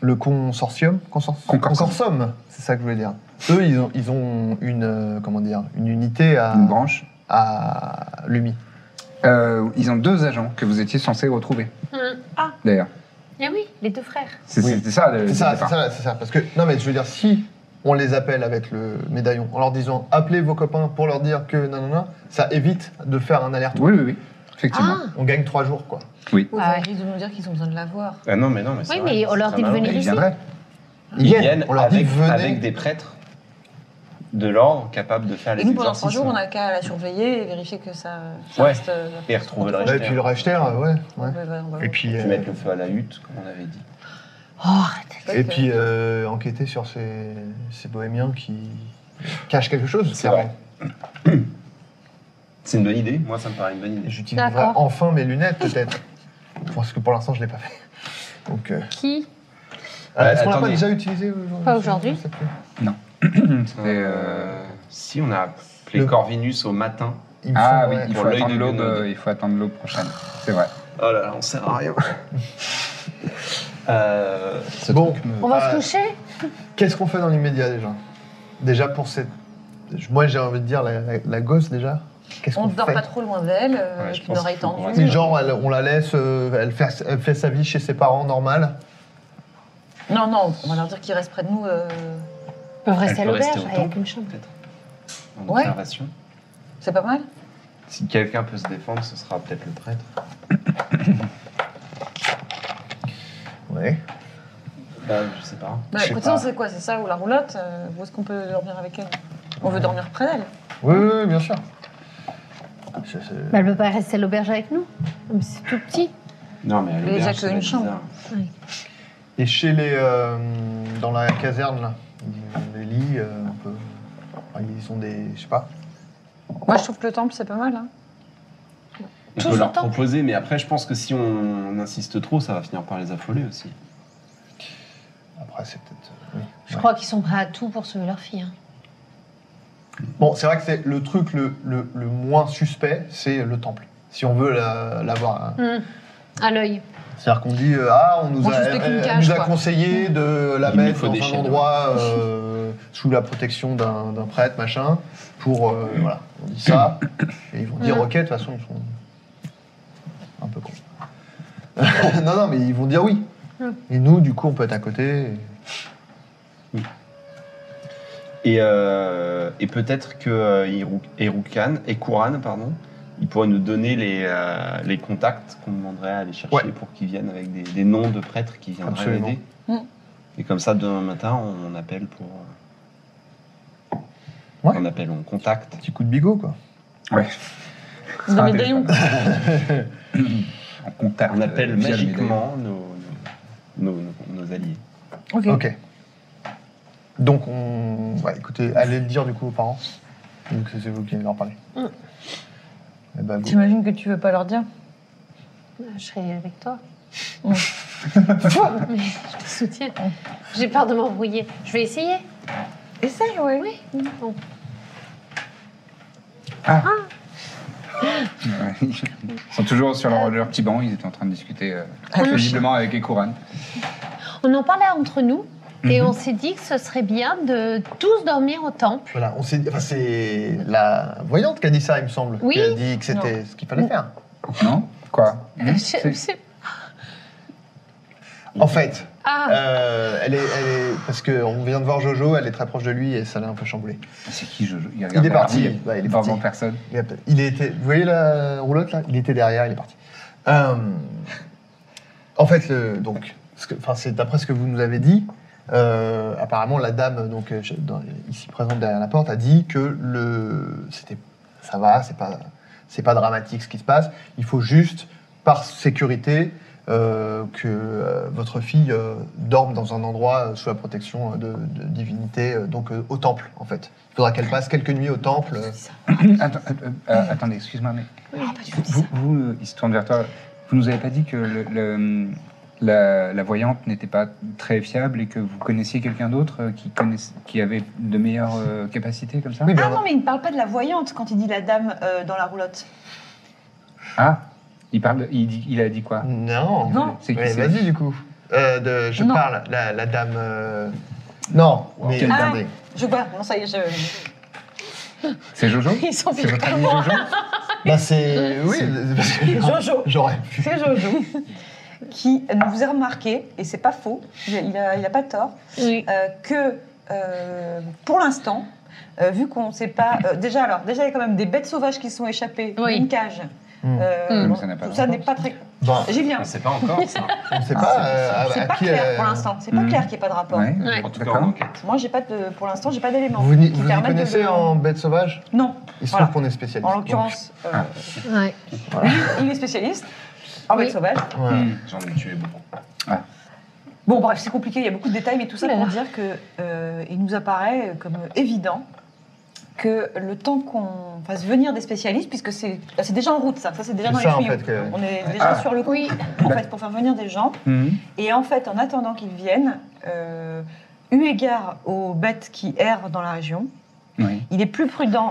[SPEAKER 2] le consortium consor-
[SPEAKER 1] Concorsum.
[SPEAKER 2] Concorsum, c'est ça que je voulais dire. Eux, ils ont, ils ont une, euh, comment dire, une unité à,
[SPEAKER 1] Une branche.
[SPEAKER 2] à Lumi.
[SPEAKER 1] Euh, ils ont deux agents que vous étiez censés retrouver,
[SPEAKER 7] Hum.
[SPEAKER 1] d'ailleurs.
[SPEAKER 7] Eh oui, les deux frères.
[SPEAKER 1] C'est-
[SPEAKER 2] Oui.
[SPEAKER 1] C'était ça, le
[SPEAKER 2] C'est ça,
[SPEAKER 1] départ.
[SPEAKER 2] c'est ça, c'est ça. Parce que, non, mais je veux dire, si on les appelle avec le médaillon, en leur disant appelez vos copains pour leur dire que nanana, ça évite de faire un alerte.
[SPEAKER 1] Oui, oui, oui. Effectivement.
[SPEAKER 7] Ah,
[SPEAKER 2] On gagne trois jours, quoi.
[SPEAKER 5] Ou
[SPEAKER 7] Ah ouais.
[SPEAKER 5] ils risquent de nous dire qu'ils ont besoin de la voir.
[SPEAKER 3] Ah non, mais non, mais c'est
[SPEAKER 7] Oui,
[SPEAKER 3] vrai,
[SPEAKER 7] mais on
[SPEAKER 3] c'est
[SPEAKER 7] leur
[SPEAKER 3] très
[SPEAKER 7] dit de
[SPEAKER 3] malin.
[SPEAKER 1] Mais
[SPEAKER 7] venir.
[SPEAKER 1] ils
[SPEAKER 7] ici.
[SPEAKER 1] viendraient.
[SPEAKER 2] (clears throat)
[SPEAKER 3] Ils viennent
[SPEAKER 2] on leur
[SPEAKER 3] avec,
[SPEAKER 2] dit venez.
[SPEAKER 3] avec des prêtres de l'ordre capables de faire les
[SPEAKER 5] Et nous, pendant trois
[SPEAKER 3] exorcismes
[SPEAKER 5] jours, on n'a qu'à la surveiller et vérifier que ça, ça
[SPEAKER 3] Ouais.
[SPEAKER 5] reste. euh,
[SPEAKER 3] et retrouver le
[SPEAKER 5] Ouais,
[SPEAKER 2] Ouais, et
[SPEAKER 3] Rechter.
[SPEAKER 2] puis le racheter, euh, ouais. ouais.
[SPEAKER 5] on va- on va-
[SPEAKER 2] Et puis,
[SPEAKER 3] Et
[SPEAKER 2] euh,
[SPEAKER 3] puis mettre le feu à la hutte, comme on avait dit.
[SPEAKER 7] Oh, arrête.
[SPEAKER 5] Ouais,
[SPEAKER 2] et
[SPEAKER 5] que-
[SPEAKER 2] puis euh, enquêter sur ces, ces bohémiens qui cachent quelque chose.
[SPEAKER 3] C'est
[SPEAKER 2] clairement.
[SPEAKER 3] C'est une bonne idée, moi ça me paraît une bonne idée.
[SPEAKER 2] J'utiliserai
[SPEAKER 7] D'accord.
[SPEAKER 2] enfin mes lunettes, peut-être. Parce que pour l'instant, je ne l'ai pas fait. Donc, euh, ah,
[SPEAKER 7] Qui
[SPEAKER 3] Euh,
[SPEAKER 2] est-ce qu'on l'a pas
[SPEAKER 3] Bah, attendez.
[SPEAKER 2] déjà utilisé aujourd'hui
[SPEAKER 7] Pas aujourd'hui.
[SPEAKER 2] Je sais plus.
[SPEAKER 1] C'était,
[SPEAKER 2] Ah,
[SPEAKER 1] euh,
[SPEAKER 3] Si on a appelé
[SPEAKER 2] Le-
[SPEAKER 3] Corvinus au matin.
[SPEAKER 2] Il me
[SPEAKER 1] Ah
[SPEAKER 2] semble,
[SPEAKER 1] oui,
[SPEAKER 2] ouais.
[SPEAKER 1] il
[SPEAKER 3] Pour
[SPEAKER 1] faut,
[SPEAKER 3] l'œil
[SPEAKER 1] attendre
[SPEAKER 3] de
[SPEAKER 1] l'aube,
[SPEAKER 3] Léonode.
[SPEAKER 1] euh, il faut attendre l'aube prochaine. C'est vrai.
[SPEAKER 3] Oh là là, on sert à rien. Euh, ce
[SPEAKER 2] Bon.
[SPEAKER 3] truc me-
[SPEAKER 7] On va
[SPEAKER 2] Ah.
[SPEAKER 7] se coucher
[SPEAKER 2] Qu'est-ce qu'on fait dans l'immédiat déjà Déjà pour cette. Moi j'ai envie de dire la, la- la gosse déjà. Qu'est-ce
[SPEAKER 5] On
[SPEAKER 2] qu'on
[SPEAKER 5] ne dort
[SPEAKER 2] fait
[SPEAKER 5] pas trop loin d'elle, euh,
[SPEAKER 3] Ouais, je
[SPEAKER 5] avec une
[SPEAKER 3] pense
[SPEAKER 5] oreille
[SPEAKER 3] qu'il faut qu'on
[SPEAKER 5] tendue.
[SPEAKER 3] reste-
[SPEAKER 2] C'est genre elle- on la laisse, euh, elle, fait, elle fait sa vie chez ses parents normal.
[SPEAKER 5] Non, non, on va leur dire qu'ils restent près de nous. euh,
[SPEAKER 7] Ils peuvent rester à
[SPEAKER 3] Elle peut rester
[SPEAKER 7] l'auberge.
[SPEAKER 3] au
[SPEAKER 7] Il n'y a
[SPEAKER 3] temple.
[SPEAKER 7] qu'une chambre.
[SPEAKER 3] Peut-être. En
[SPEAKER 5] Ouais.
[SPEAKER 3] observation.
[SPEAKER 5] C'est pas mal
[SPEAKER 3] Si quelqu'un peut se défendre, ce sera peut-être le prêtre.
[SPEAKER 2] Ouais.
[SPEAKER 3] Bah, je sais pas. Je
[SPEAKER 5] Bah,
[SPEAKER 3] sais
[SPEAKER 5] écoutez,
[SPEAKER 3] pas.
[SPEAKER 5] on sait quoi, c'est ça ou la roulotte euh, Où est-ce qu'on peut dormir avec elle On veut dormir près d'elle.
[SPEAKER 2] Oui, oui, oui, bien sûr. C'est- c'est-
[SPEAKER 7] Bah, elle ne peut pas rester à l'auberge avec nous. Mais C'est tout petit.
[SPEAKER 3] Non, mais à
[SPEAKER 5] déjà
[SPEAKER 3] l'auberge,
[SPEAKER 5] que
[SPEAKER 3] ça va
[SPEAKER 5] une
[SPEAKER 3] être
[SPEAKER 5] chambre.
[SPEAKER 3] bizarre.
[SPEAKER 2] Et chez les. euh, dans la caserne là, les lits, euh, on peut- enfin, ils ont des. je sais pas.
[SPEAKER 5] Moi, je trouve que le temple, c'est pas mal. hein.
[SPEAKER 6] On
[SPEAKER 7] Tout
[SPEAKER 6] peut
[SPEAKER 7] ce
[SPEAKER 6] leur
[SPEAKER 7] temps.
[SPEAKER 6] proposer, mais après, je pense que si on insiste trop, ça va finir par les affoler aussi.
[SPEAKER 2] Après, c'est peut-être. oui.
[SPEAKER 7] Je
[SPEAKER 2] Ouais.
[SPEAKER 7] crois qu'ils sont prêts à tout pour sauver leur fille. hein.
[SPEAKER 2] euh. Bon, c'est vrai que c'est le truc le, le- le moins suspect, c'est le temple. Si on veut la- l'avoir. hein.
[SPEAKER 7] Hmm. À l'œil.
[SPEAKER 2] C'est-à-dire qu'on dit euh, ah, on nous
[SPEAKER 7] On
[SPEAKER 2] a,
[SPEAKER 7] suspecte une
[SPEAKER 2] elle- elle
[SPEAKER 7] cage,
[SPEAKER 2] nous a
[SPEAKER 7] quoi. Mmh.
[SPEAKER 2] conseillé de la
[SPEAKER 6] Il nous
[SPEAKER 2] mettre
[SPEAKER 6] faut
[SPEAKER 2] dans
[SPEAKER 6] des
[SPEAKER 2] un
[SPEAKER 6] chaînes,
[SPEAKER 2] endroit euh, sous la protection d'un d'un prêtre, machin, pour euh, voilà. On dit ça et ils vont dire
[SPEAKER 7] Mhm.
[SPEAKER 2] ok. De toute façon, ils sont un peu cons. (laughs) non, non, mais ils vont dire oui.
[SPEAKER 7] Mhm.
[SPEAKER 2] Et nous, du coup, on peut être à côté. et-
[SPEAKER 3] Et, euh, et peut-être que euh, Hirou- Hiroukan et Kouran, pardon, ils pourraient nous donner les, euh, les contacts qu'on demanderait à aller chercher
[SPEAKER 2] Ouais.
[SPEAKER 3] pour qu'ils viennent avec des, des noms de prêtres qui viendraient
[SPEAKER 2] Absolument.
[SPEAKER 3] aider.
[SPEAKER 5] Mm.
[SPEAKER 3] Et comme ça, demain matin, on, on appelle pour. euh,
[SPEAKER 2] Ouais.
[SPEAKER 3] On appelle, on contacte.
[SPEAKER 2] Petit coup de bigot, quoi.
[SPEAKER 1] Ouais.
[SPEAKER 5] Dans
[SPEAKER 1] Ah,
[SPEAKER 5] mes
[SPEAKER 1] téléphone.
[SPEAKER 5] daillons.
[SPEAKER 1] (clears throat) En contact.
[SPEAKER 3] On
[SPEAKER 1] euh,
[SPEAKER 3] appelle
[SPEAKER 1] via le médaillon.
[SPEAKER 3] magiquement nos, nos, nos- nos alliés.
[SPEAKER 5] Ok.
[SPEAKER 7] Mmh.
[SPEAKER 2] Ok. Donc, on... ouais, écoutez, allez le dire du coup aux parents. Donc, c'est vous qui allez leur parler.
[SPEAKER 7] Mm.
[SPEAKER 2] Eh ben, vous-
[SPEAKER 5] J'imagine que tu veux pas leur dire.
[SPEAKER 7] Euh, Je serai avec
[SPEAKER 5] (laughs)
[SPEAKER 7] toi.
[SPEAKER 5] Mm.
[SPEAKER 7] Mais je te soutiens. J'ai peur de m'embrouiller. Je vais essayer.
[SPEAKER 5] Essaye, ouais.
[SPEAKER 7] Oui. Bon.
[SPEAKER 1] (laughs) Ouais. Ils sont toujours sur leur, leur petit banc, ils étaient en train de discuter euh,
[SPEAKER 5] Ah, le
[SPEAKER 1] visiblement avec Ekouran.
[SPEAKER 7] On en parlait entre nous et
[SPEAKER 5] Mhm.
[SPEAKER 7] on s'est dit que ce serait bien de tous dormir au temple.
[SPEAKER 2] Voilà, on s'est... enfin, c'est la voyante qui a dit ça, il me semble.
[SPEAKER 7] Oui.
[SPEAKER 2] Qui a dit que c'était ce qu'il fallait faire.
[SPEAKER 1] Non Quoi
[SPEAKER 5] Mhm.
[SPEAKER 1] Hein C'est-
[SPEAKER 7] Je- je-
[SPEAKER 2] En fait,
[SPEAKER 7] Ah,
[SPEAKER 2] euh, elle, est, elle est- Parce qu'on vient de voir Jojo, elle est très proche de lui et ça l'a un peu chamboulé.
[SPEAKER 1] C'est qui Jojo Il,
[SPEAKER 2] est parti.
[SPEAKER 1] Il,
[SPEAKER 2] Ouais, il est
[SPEAKER 1] est pas
[SPEAKER 2] parti.
[SPEAKER 1] voir
[SPEAKER 2] (clears throat)
[SPEAKER 1] personne.
[SPEAKER 2] Il, a- il était... Vous voyez la roulotte, là Il était derrière, il est parti. Euh, En fait, le- donc, ce que- enfin, c'est d'après ce que vous nous avez dit, euh, apparemment la dame donc euh, dans- ici présente derrière la porte a dit que le c'était ça va, c'est pas c'est pas dramatique ce qui se passe. Il faut juste par sécurité euh, que euh, votre fille euh, dorme dans un endroit euh, sous la protection euh, de, de divinité, euh, donc euh, au temple en fait. Il faudra qu'elle passe quelques nuits au temple. euh,
[SPEAKER 1] Attends, euh, euh, euh, attendez, excuse-moi, mais vous, vous, euh, il se tourne vers toi. Vous nous avez pas dit que le- le- la, la voyante n'était pas très fiable et que vous connaissiez quelqu'un d'autre euh, qui, connaiss- qui avait de meilleures euh, capacités comme ça
[SPEAKER 2] Oui, mais
[SPEAKER 5] Ah
[SPEAKER 2] on a-
[SPEAKER 5] non, mais il ne parle pas de la voyante quand il dit la dame euh, dans la roulotte.
[SPEAKER 1] Ah il, parle, de- il, dit- il a dit quoi
[SPEAKER 2] Non.
[SPEAKER 5] Non.
[SPEAKER 1] C'est qui
[SPEAKER 2] Ouais,
[SPEAKER 1] c'est-
[SPEAKER 2] Vas-y du coup. Euh, de- je
[SPEAKER 5] Non. Ah.
[SPEAKER 2] parle la, la dame. euh, Non. Mais
[SPEAKER 1] Quelle
[SPEAKER 5] dame Je vois, non, ça y est, je...
[SPEAKER 1] C'est Jojo
[SPEAKER 5] ils sont
[SPEAKER 1] C'est votre ami
[SPEAKER 5] moi.
[SPEAKER 1] Jojo
[SPEAKER 2] Bah
[SPEAKER 5] (laughs)
[SPEAKER 2] c'est oui. (laughs) parce que-
[SPEAKER 5] Jojo.
[SPEAKER 2] J'aurais pu.
[SPEAKER 5] C'est Jojo qui nous a remarqué, et c'est pas faux, il n'a pas tort,
[SPEAKER 7] oui.
[SPEAKER 5] euh, que euh, pour l'instant, euh, vu qu'on ne sait pas. euh, déjà, alors, déjà, il y a quand même des bêtes sauvages qui sont échappées
[SPEAKER 7] Oui.
[SPEAKER 5] d'une cage.
[SPEAKER 2] Hmm.
[SPEAKER 5] Euh,
[SPEAKER 1] Mm.
[SPEAKER 5] bon,
[SPEAKER 1] Ça n'a pas
[SPEAKER 5] ça n'est pas très.
[SPEAKER 2] Bon,
[SPEAKER 5] J'y viens.
[SPEAKER 6] On sait pas encore ça.
[SPEAKER 2] on sait pas euh, à, à
[SPEAKER 5] Ah, C'est pas
[SPEAKER 2] qui.
[SPEAKER 5] clair
[SPEAKER 2] euh,
[SPEAKER 5] pour l'instant. C'est pas
[SPEAKER 1] Mm.
[SPEAKER 5] clair qu'il n'y ait pas de rapport.
[SPEAKER 1] Ouais,
[SPEAKER 7] Ouais.
[SPEAKER 6] En tout cas,
[SPEAKER 1] d'accord.
[SPEAKER 6] on enquête.
[SPEAKER 5] Moi, j'ai pas de, pour l'instant, j'ai pas d'éléments.
[SPEAKER 2] Vous, n'y-
[SPEAKER 5] qui
[SPEAKER 2] vous y
[SPEAKER 5] permettent de
[SPEAKER 2] connaissez
[SPEAKER 5] le-
[SPEAKER 2] en bête sauvage
[SPEAKER 5] Non.
[SPEAKER 2] Il se
[SPEAKER 5] Voilà.
[SPEAKER 2] trouve qu'on est spécialiste.
[SPEAKER 5] En l'occurrence, euh,
[SPEAKER 1] Ah.
[SPEAKER 7] Ouais.
[SPEAKER 5] il est spécialiste en
[SPEAKER 7] Oui.
[SPEAKER 5] bête sauvage.
[SPEAKER 2] Donc, voilà.
[SPEAKER 1] Hmm.
[SPEAKER 6] J'en ai tué beaucoup.
[SPEAKER 5] Bon, bref, c'est compliqué, il y a beaucoup de détails, mais tout ça
[SPEAKER 7] Oula.
[SPEAKER 5] pour dire que euh, il nous apparaît comme évident que le temps qu'on fasse venir des spécialistes, puisque c'est c'est déjà en route, ça, ça c'est déjà
[SPEAKER 2] C'est
[SPEAKER 5] dans les
[SPEAKER 2] ça, en
[SPEAKER 5] tuyaux.
[SPEAKER 2] fait, Bah. que-
[SPEAKER 5] On est déjà
[SPEAKER 1] Ah.
[SPEAKER 5] sur le coup,
[SPEAKER 7] Oui.
[SPEAKER 5] en fait, pour faire venir des gens.
[SPEAKER 1] Mhm.
[SPEAKER 5] Et en fait, en attendant qu'ils viennent, euh, eu égard aux bêtes qui errent dans la région,
[SPEAKER 1] Oui.
[SPEAKER 5] il est plus prudent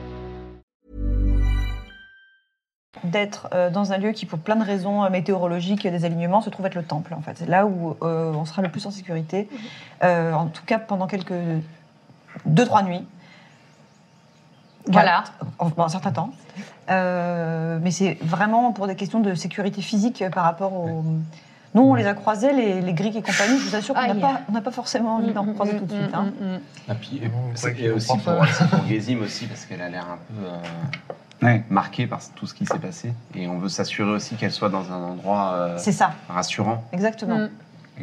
[SPEAKER 5] d'être euh, dans un lieu qui, pour plein de raisons euh, météorologiques, des alignements, se trouve être le temple. En fait, c'est là où euh, on sera le plus en sécurité,
[SPEAKER 7] Mhm.
[SPEAKER 5] Euh, en tout cas pendant quelques deux trois nuits.
[SPEAKER 7] Voilà.
[SPEAKER 5] En- en un certain temps. Euh, mais c'est vraiment pour des questions de sécurité physique euh, par rapport aux. Nous, on les a croisés, les, les Grecs et compagnie. Je vous assure qu'on n'a
[SPEAKER 7] Aïe.
[SPEAKER 5] pas, on n'a pas forcément envie d'en croiser tout de suite. hein.
[SPEAKER 3] Ah,
[SPEAKER 7] Mm, mm, mm, mm.
[SPEAKER 6] Et puis,
[SPEAKER 3] euh,
[SPEAKER 2] Vous
[SPEAKER 6] c'est-
[SPEAKER 2] croyez
[SPEAKER 6] et
[SPEAKER 2] qu'ils vont
[SPEAKER 6] aussi
[SPEAKER 2] prendre
[SPEAKER 6] pour, c'est pour Gézim aussi, parce qu'elle a l'air un peu. euh,
[SPEAKER 1] Ouais.
[SPEAKER 3] marquée par tout ce qui s'est passé. Et on veut s'assurer aussi qu'elle soit dans un endroit euh,
[SPEAKER 5] C'est ça,
[SPEAKER 3] rassurant.
[SPEAKER 5] exactement.
[SPEAKER 7] Mm.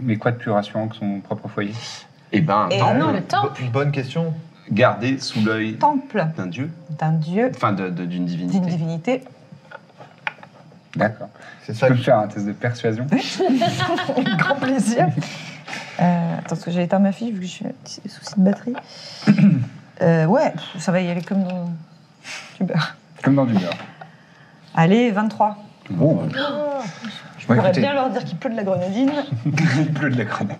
[SPEAKER 1] Mais quoi de plus rassurant que son propre foyer
[SPEAKER 3] Et ben,
[SPEAKER 5] Et
[SPEAKER 3] tant
[SPEAKER 5] Ah non,
[SPEAKER 3] mieux.
[SPEAKER 7] Le temple.
[SPEAKER 2] Bo- Bonne question.
[SPEAKER 3] garder sous l'œil
[SPEAKER 5] Temple
[SPEAKER 3] d'un dieu,
[SPEAKER 5] d'un dieu,
[SPEAKER 3] enfin de- de- d'une divinité.
[SPEAKER 5] d'une divinité.
[SPEAKER 1] D'accord.
[SPEAKER 2] C'est
[SPEAKER 1] Tu
[SPEAKER 2] ça.
[SPEAKER 1] peux
[SPEAKER 2] que-
[SPEAKER 1] me faire un test de persuasion
[SPEAKER 5] Avec (laughs) grand plaisir. Euh, attends, parce que j'ai éteint ma fille, vu que je suis un petit souci de (clears throat) batterie. Euh, ouais, pff, ça va y aller comme dans du beurre.
[SPEAKER 1] Comme dans du beurre.
[SPEAKER 5] Allez, 23.
[SPEAKER 1] Bon, euh,
[SPEAKER 5] Je
[SPEAKER 1] Bon,
[SPEAKER 5] pourrais
[SPEAKER 1] écoutez.
[SPEAKER 5] bien leur dire qu'il pleut de la grenadine.
[SPEAKER 1] (laughs) il pleut de la grenade.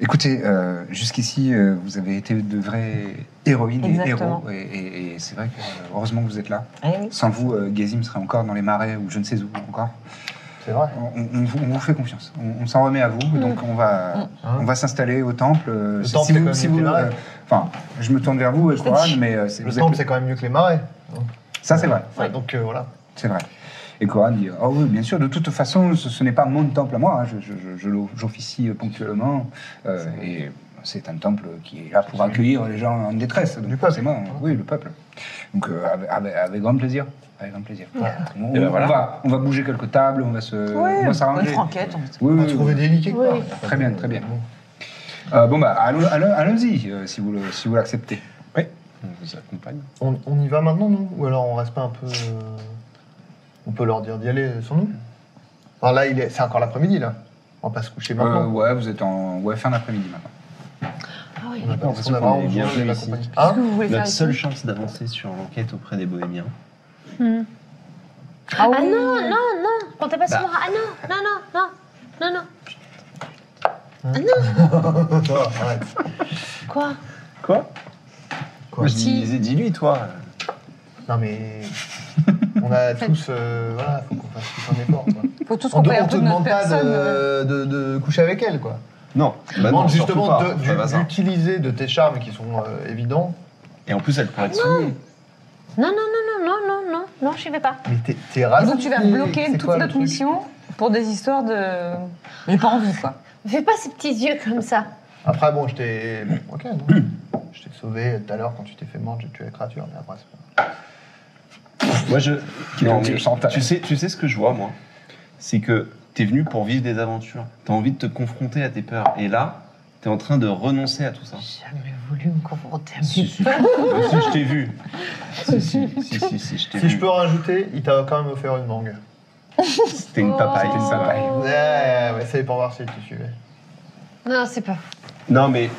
[SPEAKER 1] Écoutez, euh, jusqu'ici, euh, vous avez été de vraies héroïnes
[SPEAKER 5] Exactement.
[SPEAKER 1] et héros. Et, et- et c'est vrai que euh, heureusement que vous êtes là.
[SPEAKER 5] Eh oui.
[SPEAKER 1] Sans vous, euh, Gazim serait encore dans les marais ou je ne sais où encore.
[SPEAKER 2] C'est vrai.
[SPEAKER 1] On, on vous, on vous fait confiance. On, on s'en remet à vous. Donc on va,
[SPEAKER 2] Hein
[SPEAKER 1] on va s'installer au temple. euh,
[SPEAKER 2] Le
[SPEAKER 1] si-
[SPEAKER 2] temple,
[SPEAKER 1] si
[SPEAKER 2] c'est
[SPEAKER 1] vous-
[SPEAKER 2] quand
[SPEAKER 1] si
[SPEAKER 2] même
[SPEAKER 1] vous-
[SPEAKER 2] les marais.
[SPEAKER 1] euh, Enfin, je me tourne vers vous,
[SPEAKER 5] te
[SPEAKER 1] Coran,
[SPEAKER 5] dis.
[SPEAKER 1] mais euh, c'est-
[SPEAKER 2] Le
[SPEAKER 1] vous
[SPEAKER 2] temple,
[SPEAKER 1] êtes-
[SPEAKER 2] c'est quand même mieux que les marais.
[SPEAKER 1] ça c'est vrai.
[SPEAKER 2] Enfin, Donc euh, voilà.
[SPEAKER 1] C'est vrai. Et Coran dit Oh oui, bien sûr, de toute façon, ce, ce n'est pas mon temple à moi, hein. je, je, je- je l'o- j'officie ponctuellement. euh, et c'est un temple qui est là pour accueillir les gens en détresse. Donc,
[SPEAKER 2] Du peuple.
[SPEAKER 1] forcément, Oui, le peuple. Donc, euh, avec, avec- avec grand plaisir. Avec grand plaisir. On,
[SPEAKER 3] Et ben
[SPEAKER 1] on
[SPEAKER 3] voilà.
[SPEAKER 1] va, on va bouger quelques tables, on va se, on va
[SPEAKER 5] une
[SPEAKER 1] s'arranger.
[SPEAKER 5] franquette. on se-
[SPEAKER 1] Oui,
[SPEAKER 2] On
[SPEAKER 1] oui,
[SPEAKER 2] va
[SPEAKER 1] oui.
[SPEAKER 2] trouver des lits quelque
[SPEAKER 7] Oui.
[SPEAKER 2] part.
[SPEAKER 1] Euh, Très bien, très bien. Euh, bon, bah, allons- allons- allons-y, euh, si vous le- si vous l'acceptez.
[SPEAKER 3] On vous accompagne.
[SPEAKER 2] On, on y va maintenant, nous Ou alors on reste pas un peu. euh, On peut leur dire d'y aller sans nous Enfin, là, il est... c'est encore l'après-midi, là. On va pas se coucher
[SPEAKER 1] Euh,
[SPEAKER 2] maintenant.
[SPEAKER 1] ouais, vous êtes en ouais, fin d'après-midi maintenant.
[SPEAKER 7] Ah oui.
[SPEAKER 2] On a pas-
[SPEAKER 3] l'impression
[SPEAKER 2] on a
[SPEAKER 3] Euh, qu'on
[SPEAKER 2] vraiment
[SPEAKER 3] est
[SPEAKER 2] besoin
[SPEAKER 3] bienvenus
[SPEAKER 2] de
[SPEAKER 3] ici.
[SPEAKER 2] l'accompagner.
[SPEAKER 7] Qu'est-ce que
[SPEAKER 2] Hein
[SPEAKER 7] vous voulez faire
[SPEAKER 3] Notre seule
[SPEAKER 7] ici
[SPEAKER 3] chance d'avancer sur l'enquête auprès des Bohémiens.
[SPEAKER 7] Hmm.
[SPEAKER 5] Ah,
[SPEAKER 7] Ah
[SPEAKER 5] oui.
[SPEAKER 7] non, non, non, comptez pas sur
[SPEAKER 3] Bah.
[SPEAKER 7] moi. Ah non, non, non, non, non, non.
[SPEAKER 2] Arrête.
[SPEAKER 7] Quoi
[SPEAKER 3] Quoi
[SPEAKER 2] Quoi
[SPEAKER 3] Je disais, dis-lui, toi.
[SPEAKER 2] (laughs) Non, mais. On a tous. euh, Voilà, faut qu'on fasse tous un effort, quoi.
[SPEAKER 5] Faut tous
[SPEAKER 2] On,
[SPEAKER 5] qu'on
[SPEAKER 2] ne
[SPEAKER 5] un
[SPEAKER 2] te
[SPEAKER 5] peu de notre
[SPEAKER 2] demande pas
[SPEAKER 5] personne. euh,
[SPEAKER 2] de, de- de coucher avec elle, quoi.
[SPEAKER 3] Non, bah
[SPEAKER 2] demande
[SPEAKER 3] non, surtout
[SPEAKER 2] justement
[SPEAKER 3] pas.
[SPEAKER 2] de-
[SPEAKER 3] Enfin,
[SPEAKER 2] du-
[SPEAKER 3] vas-y.
[SPEAKER 2] d'utiliser de, tes charmes qui sont euh, évidents.
[SPEAKER 3] Et en plus, elle pourrait être soumise.
[SPEAKER 7] Non, non, non, non, non, non, non, non, j'y vais pas.
[SPEAKER 2] Mais t'es, t'es
[SPEAKER 5] Donc tu vas
[SPEAKER 2] rassasié,
[SPEAKER 5] bloquer
[SPEAKER 2] Ah, c'est
[SPEAKER 5] toute
[SPEAKER 2] quoi, le
[SPEAKER 5] notre
[SPEAKER 2] truc
[SPEAKER 5] mission pour des histoires de. J'ai pas envie, quoi.
[SPEAKER 7] Fais pas ces petits yeux comme ça.
[SPEAKER 2] Après, bon, je t'ai. (clears throat) Bon, ok, non. Je t'ai sauvé tout à l'heure quand tu t'es fait mordre, j'ai tué la créature, mais après, c'est pas.
[SPEAKER 3] Moi, je.
[SPEAKER 1] Non,
[SPEAKER 3] Non, mais
[SPEAKER 1] tu chantes.
[SPEAKER 3] tu, sais, tu sais ce que je vois, moi C'est que t'es venu pour vivre des aventures. T'as envie de te confronter à tes peurs. Et là, t'es en train de renoncer à tout ça.
[SPEAKER 7] J'ai jamais voulu me confronter à
[SPEAKER 3] Si, si. Bah, si, je t'ai vu. Si, si, si, si, si, je t'ai
[SPEAKER 2] Si
[SPEAKER 3] vu.
[SPEAKER 2] je peux rajouter, il t'a quand même offert une mangue.
[SPEAKER 3] C'était
[SPEAKER 7] Oh.
[SPEAKER 3] une papaye.
[SPEAKER 1] C'était une papaye.
[SPEAKER 2] Ouais, ouais, c'est pour voir si tu suivais.
[SPEAKER 7] Non, c'est pas.
[SPEAKER 3] Non, mais.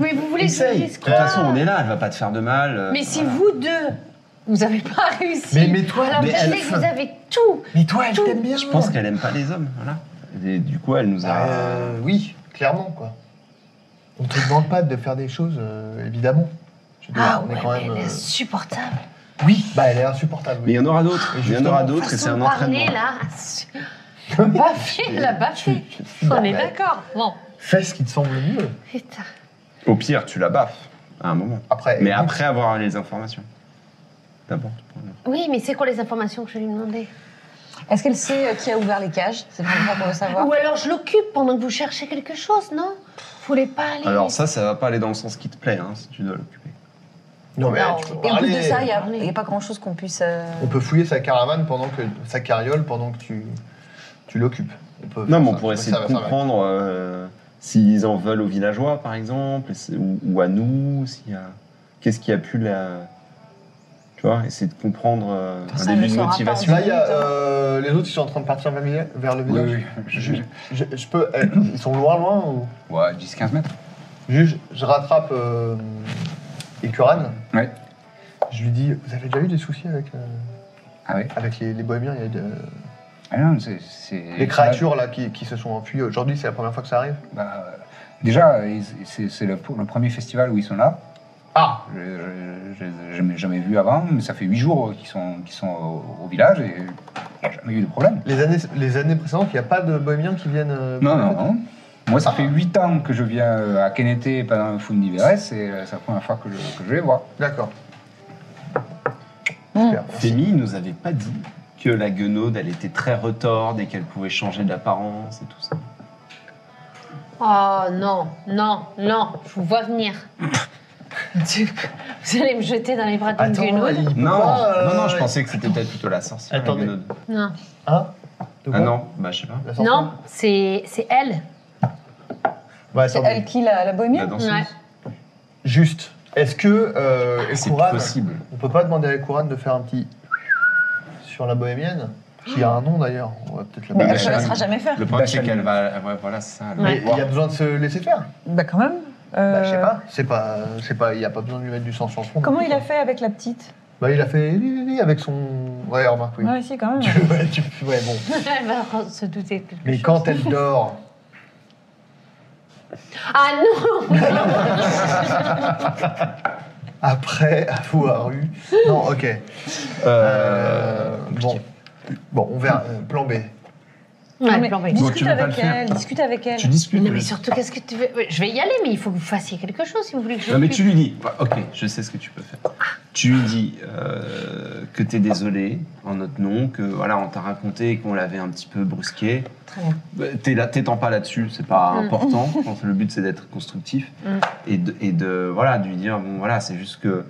[SPEAKER 7] Mais vous voulez que je vous
[SPEAKER 3] Essaye. De
[SPEAKER 7] dise
[SPEAKER 3] toute
[SPEAKER 7] quoi
[SPEAKER 3] façon, on est là, elle va pas te faire de mal. euh,
[SPEAKER 7] Mais si
[SPEAKER 3] voilà.
[SPEAKER 7] vous deux, vous avez pas réussi.
[SPEAKER 2] Mais- mais toi,
[SPEAKER 7] alors
[SPEAKER 3] mais
[SPEAKER 7] je
[SPEAKER 3] elle-
[SPEAKER 7] sais que vous avez tout.
[SPEAKER 2] Mais toi, elle
[SPEAKER 7] Tout.
[SPEAKER 2] t'aime bien
[SPEAKER 3] Je pense qu'elle aime pas les hommes, voilà. Et du coup, elle nous a.
[SPEAKER 2] Euh, oui, clairement, quoi. On te demande pas de faire des choses, euh, évidemment. Je veux dire,
[SPEAKER 7] Ah
[SPEAKER 2] on
[SPEAKER 7] ouais,
[SPEAKER 2] est quand
[SPEAKER 7] mais
[SPEAKER 2] même.
[SPEAKER 7] elle est
[SPEAKER 2] euh,
[SPEAKER 7] insupportable.
[SPEAKER 2] Oui, bah elle est insupportable.
[SPEAKER 3] Mais
[SPEAKER 2] Oui.
[SPEAKER 3] il y en aura d'autres. Il y en
[SPEAKER 2] Justement,
[SPEAKER 3] aura d'autres et c'est
[SPEAKER 7] Façon
[SPEAKER 3] un
[SPEAKER 7] de parler
[SPEAKER 3] entraînement.
[SPEAKER 7] là.
[SPEAKER 2] (laughs)
[SPEAKER 7] Baffé, elle a baffé. On est d'accord. Bon,
[SPEAKER 2] Fais ce qui te semble le mieux.
[SPEAKER 7] putain.
[SPEAKER 3] Au pire, tu la baffes à un moment.
[SPEAKER 2] Après,
[SPEAKER 3] Mais
[SPEAKER 2] écoute,
[SPEAKER 3] après avoir les informations. D'abord. tu prends les-
[SPEAKER 7] Oui, mais c'est quoi les informations que je vais lui demander
[SPEAKER 5] Est-ce qu'elle sait euh, qui a ouvert les cages C'est vraiment ça qu'on veut savoir.
[SPEAKER 7] Ou alors je l'occupe pendant que vous cherchez quelque chose, non Vous voulez pas aller
[SPEAKER 3] Alors ça, ça va pas aller dans le sens qui te plaît, hein, si tu dois l'occuper.
[SPEAKER 2] Non, mais
[SPEAKER 7] Non,
[SPEAKER 2] tu peux
[SPEAKER 5] Et en plus de
[SPEAKER 2] parler.
[SPEAKER 5] ça, il n'y a, il y a pas grand-chose qu'on puisse. euh,
[SPEAKER 2] On peut fouiller sa caravane pendant que sa carriole pendant que tu, tu l'occupes. On peut
[SPEAKER 3] Non,
[SPEAKER 2] faire
[SPEAKER 3] mais on
[SPEAKER 2] ça.
[SPEAKER 3] pourrait
[SPEAKER 2] Ça,
[SPEAKER 3] essayer
[SPEAKER 2] ça
[SPEAKER 3] de
[SPEAKER 2] va, ça va.
[SPEAKER 3] comprendre euh, s'ils en veulent aux villageois, par exemple, et c'est- ou, ou à nous, s'il y a- qu'est-ce qui a pu la... Tu vois, essayer de comprendre euh,
[SPEAKER 5] Ça,
[SPEAKER 3] un
[SPEAKER 5] on le
[SPEAKER 3] début de
[SPEAKER 5] saura pas.
[SPEAKER 3] motivation.
[SPEAKER 2] Là, il y a euh, les autres, ils sont en train de partir vers le village. vers le
[SPEAKER 1] Oui,
[SPEAKER 2] village.
[SPEAKER 1] oui. Je-
[SPEAKER 2] Je, je peux. eh, Ils sont loin, loin ou...
[SPEAKER 1] Ouais, 10-15 mètres.
[SPEAKER 2] Juge, je rattrape euh, Ikuran.
[SPEAKER 1] Ouais.
[SPEAKER 2] Je lui dis Vous avez déjà eu des soucis avec, euh,
[SPEAKER 1] Ah oui.
[SPEAKER 2] avec les, les bohémiens Il y a de-
[SPEAKER 1] Ah non, c'est- c'est-
[SPEAKER 2] Les créatures là, qui, qui se sont enfuies. Aujourd'hui, c'est la première fois que ça arrive.
[SPEAKER 1] Bah, euh, déjà, euh, ils- c'est c'est le, le premier festival où ils sont là.
[SPEAKER 2] Ah
[SPEAKER 1] Je ne les ai jamais vus avant, mais ça fait huit jours euh, qu'ils sont, qu'ils sont au, au village et il n'y a jamais eu de problème.
[SPEAKER 2] les années, les années précédentes, il n'y a pas de bohémiens qui viennent. euh,
[SPEAKER 1] Non,
[SPEAKER 2] pour la
[SPEAKER 1] non,
[SPEAKER 2] fête
[SPEAKER 1] non. Moi, ça fait huit ans que je viens euh, à Kenete pendant le Fundiveres et euh, c'est la première fois que je, que je les vois.
[SPEAKER 2] D'accord.
[SPEAKER 5] Mm.
[SPEAKER 2] Super.
[SPEAKER 3] Témi nous avait pas dit que la guenaude, elle était très retorde et qu'elle pouvait changer d'apparence et tout ça.
[SPEAKER 7] Oh non, non, non, je vous vois venir. Tu- Vous allez me jeter dans les bras d'une
[SPEAKER 2] Attends,
[SPEAKER 7] guenaude
[SPEAKER 2] il peut
[SPEAKER 3] Non,
[SPEAKER 2] pas, euh,
[SPEAKER 3] non, non, je pensais que c'était peut-être plutôt la sorcière. la
[SPEAKER 2] Attendez.
[SPEAKER 3] guenaude.
[SPEAKER 7] Non,
[SPEAKER 2] Hein De
[SPEAKER 3] Ah
[SPEAKER 2] quoi
[SPEAKER 3] non, bah je sais pas.
[SPEAKER 2] La sorcière
[SPEAKER 7] non c'est c'est elle. (laughs)
[SPEAKER 2] Ouais,
[SPEAKER 5] C'est
[SPEAKER 2] attendez.
[SPEAKER 5] elle qui l'a, la bohémienne
[SPEAKER 3] La danseuse.
[SPEAKER 7] Ouais.
[SPEAKER 2] Juste. Est-ce que euh,
[SPEAKER 3] C'est
[SPEAKER 2] Ekouran-
[SPEAKER 3] possible.
[SPEAKER 2] on peut pas demander à Ekouran de faire un petit sur la bohémienne Qui a un nom d'ailleurs. On va peut-être l'appeler.
[SPEAKER 5] Mais Bah, elle se
[SPEAKER 3] Bachal.
[SPEAKER 5] laissera jamais faire.
[SPEAKER 3] Le problème, c'est
[SPEAKER 1] Bachal.
[SPEAKER 3] qu'elle va. euh, Ouais, voilà, c'est ça. elle va
[SPEAKER 2] Mais
[SPEAKER 3] voir.
[SPEAKER 2] il y a besoin de se laisser faire.
[SPEAKER 5] Bah quand même.
[SPEAKER 2] Bah, je sais
[SPEAKER 5] Euh,
[SPEAKER 2] pas. C'est pas, c'est pas. Il y a pas besoin de lui mettre du sang sur le front.
[SPEAKER 5] Comment il a fait avec la petite
[SPEAKER 2] Bah, il a fait li, li, li avec son. Ouais, remarque oui.
[SPEAKER 5] Ouais, si, quand
[SPEAKER 2] (laughs)
[SPEAKER 5] même.
[SPEAKER 2] Tu- ouais, tu- ouais, bon.
[SPEAKER 7] elle va re- se douter de quelque
[SPEAKER 2] Mais
[SPEAKER 7] chose.
[SPEAKER 2] quand elle dort,
[SPEAKER 7] Ah non
[SPEAKER 2] après avoir eu. Non, ok.
[SPEAKER 3] euh,
[SPEAKER 2] Euh, bon. Bon, on verra. euh, Plan B.
[SPEAKER 5] Non,
[SPEAKER 7] Ouais,
[SPEAKER 5] mais
[SPEAKER 7] plan B.
[SPEAKER 3] Bon, tu veux
[SPEAKER 5] Discute
[SPEAKER 3] pas
[SPEAKER 5] avec
[SPEAKER 3] le faire.
[SPEAKER 5] elle, discute avec elle.
[SPEAKER 3] Tu discutes. euh,
[SPEAKER 7] Non mais
[SPEAKER 3] mais-
[SPEAKER 7] surtout, qu'est-ce que tu veux Ouais, Je vais y aller, mais il faut que vous fassiez quelque chose si vous voulez que je...
[SPEAKER 3] Non, mais tu lui dis. Bah, ok, je sais ce que tu peux faire. Tu lui dis euh, que t'es désolé en notre nom, que voilà, on t'a raconté et qu'on l'avait un petit peu brusqué.
[SPEAKER 7] Très bien.
[SPEAKER 3] Bah, t'es là, t'étends pas là-dessus, c'est pas
[SPEAKER 7] Mm.
[SPEAKER 3] important. Je pense que le but c'est d'être constructif
[SPEAKER 7] Mm.
[SPEAKER 3] et, de, et de voilà de lui dire bon voilà c'est juste que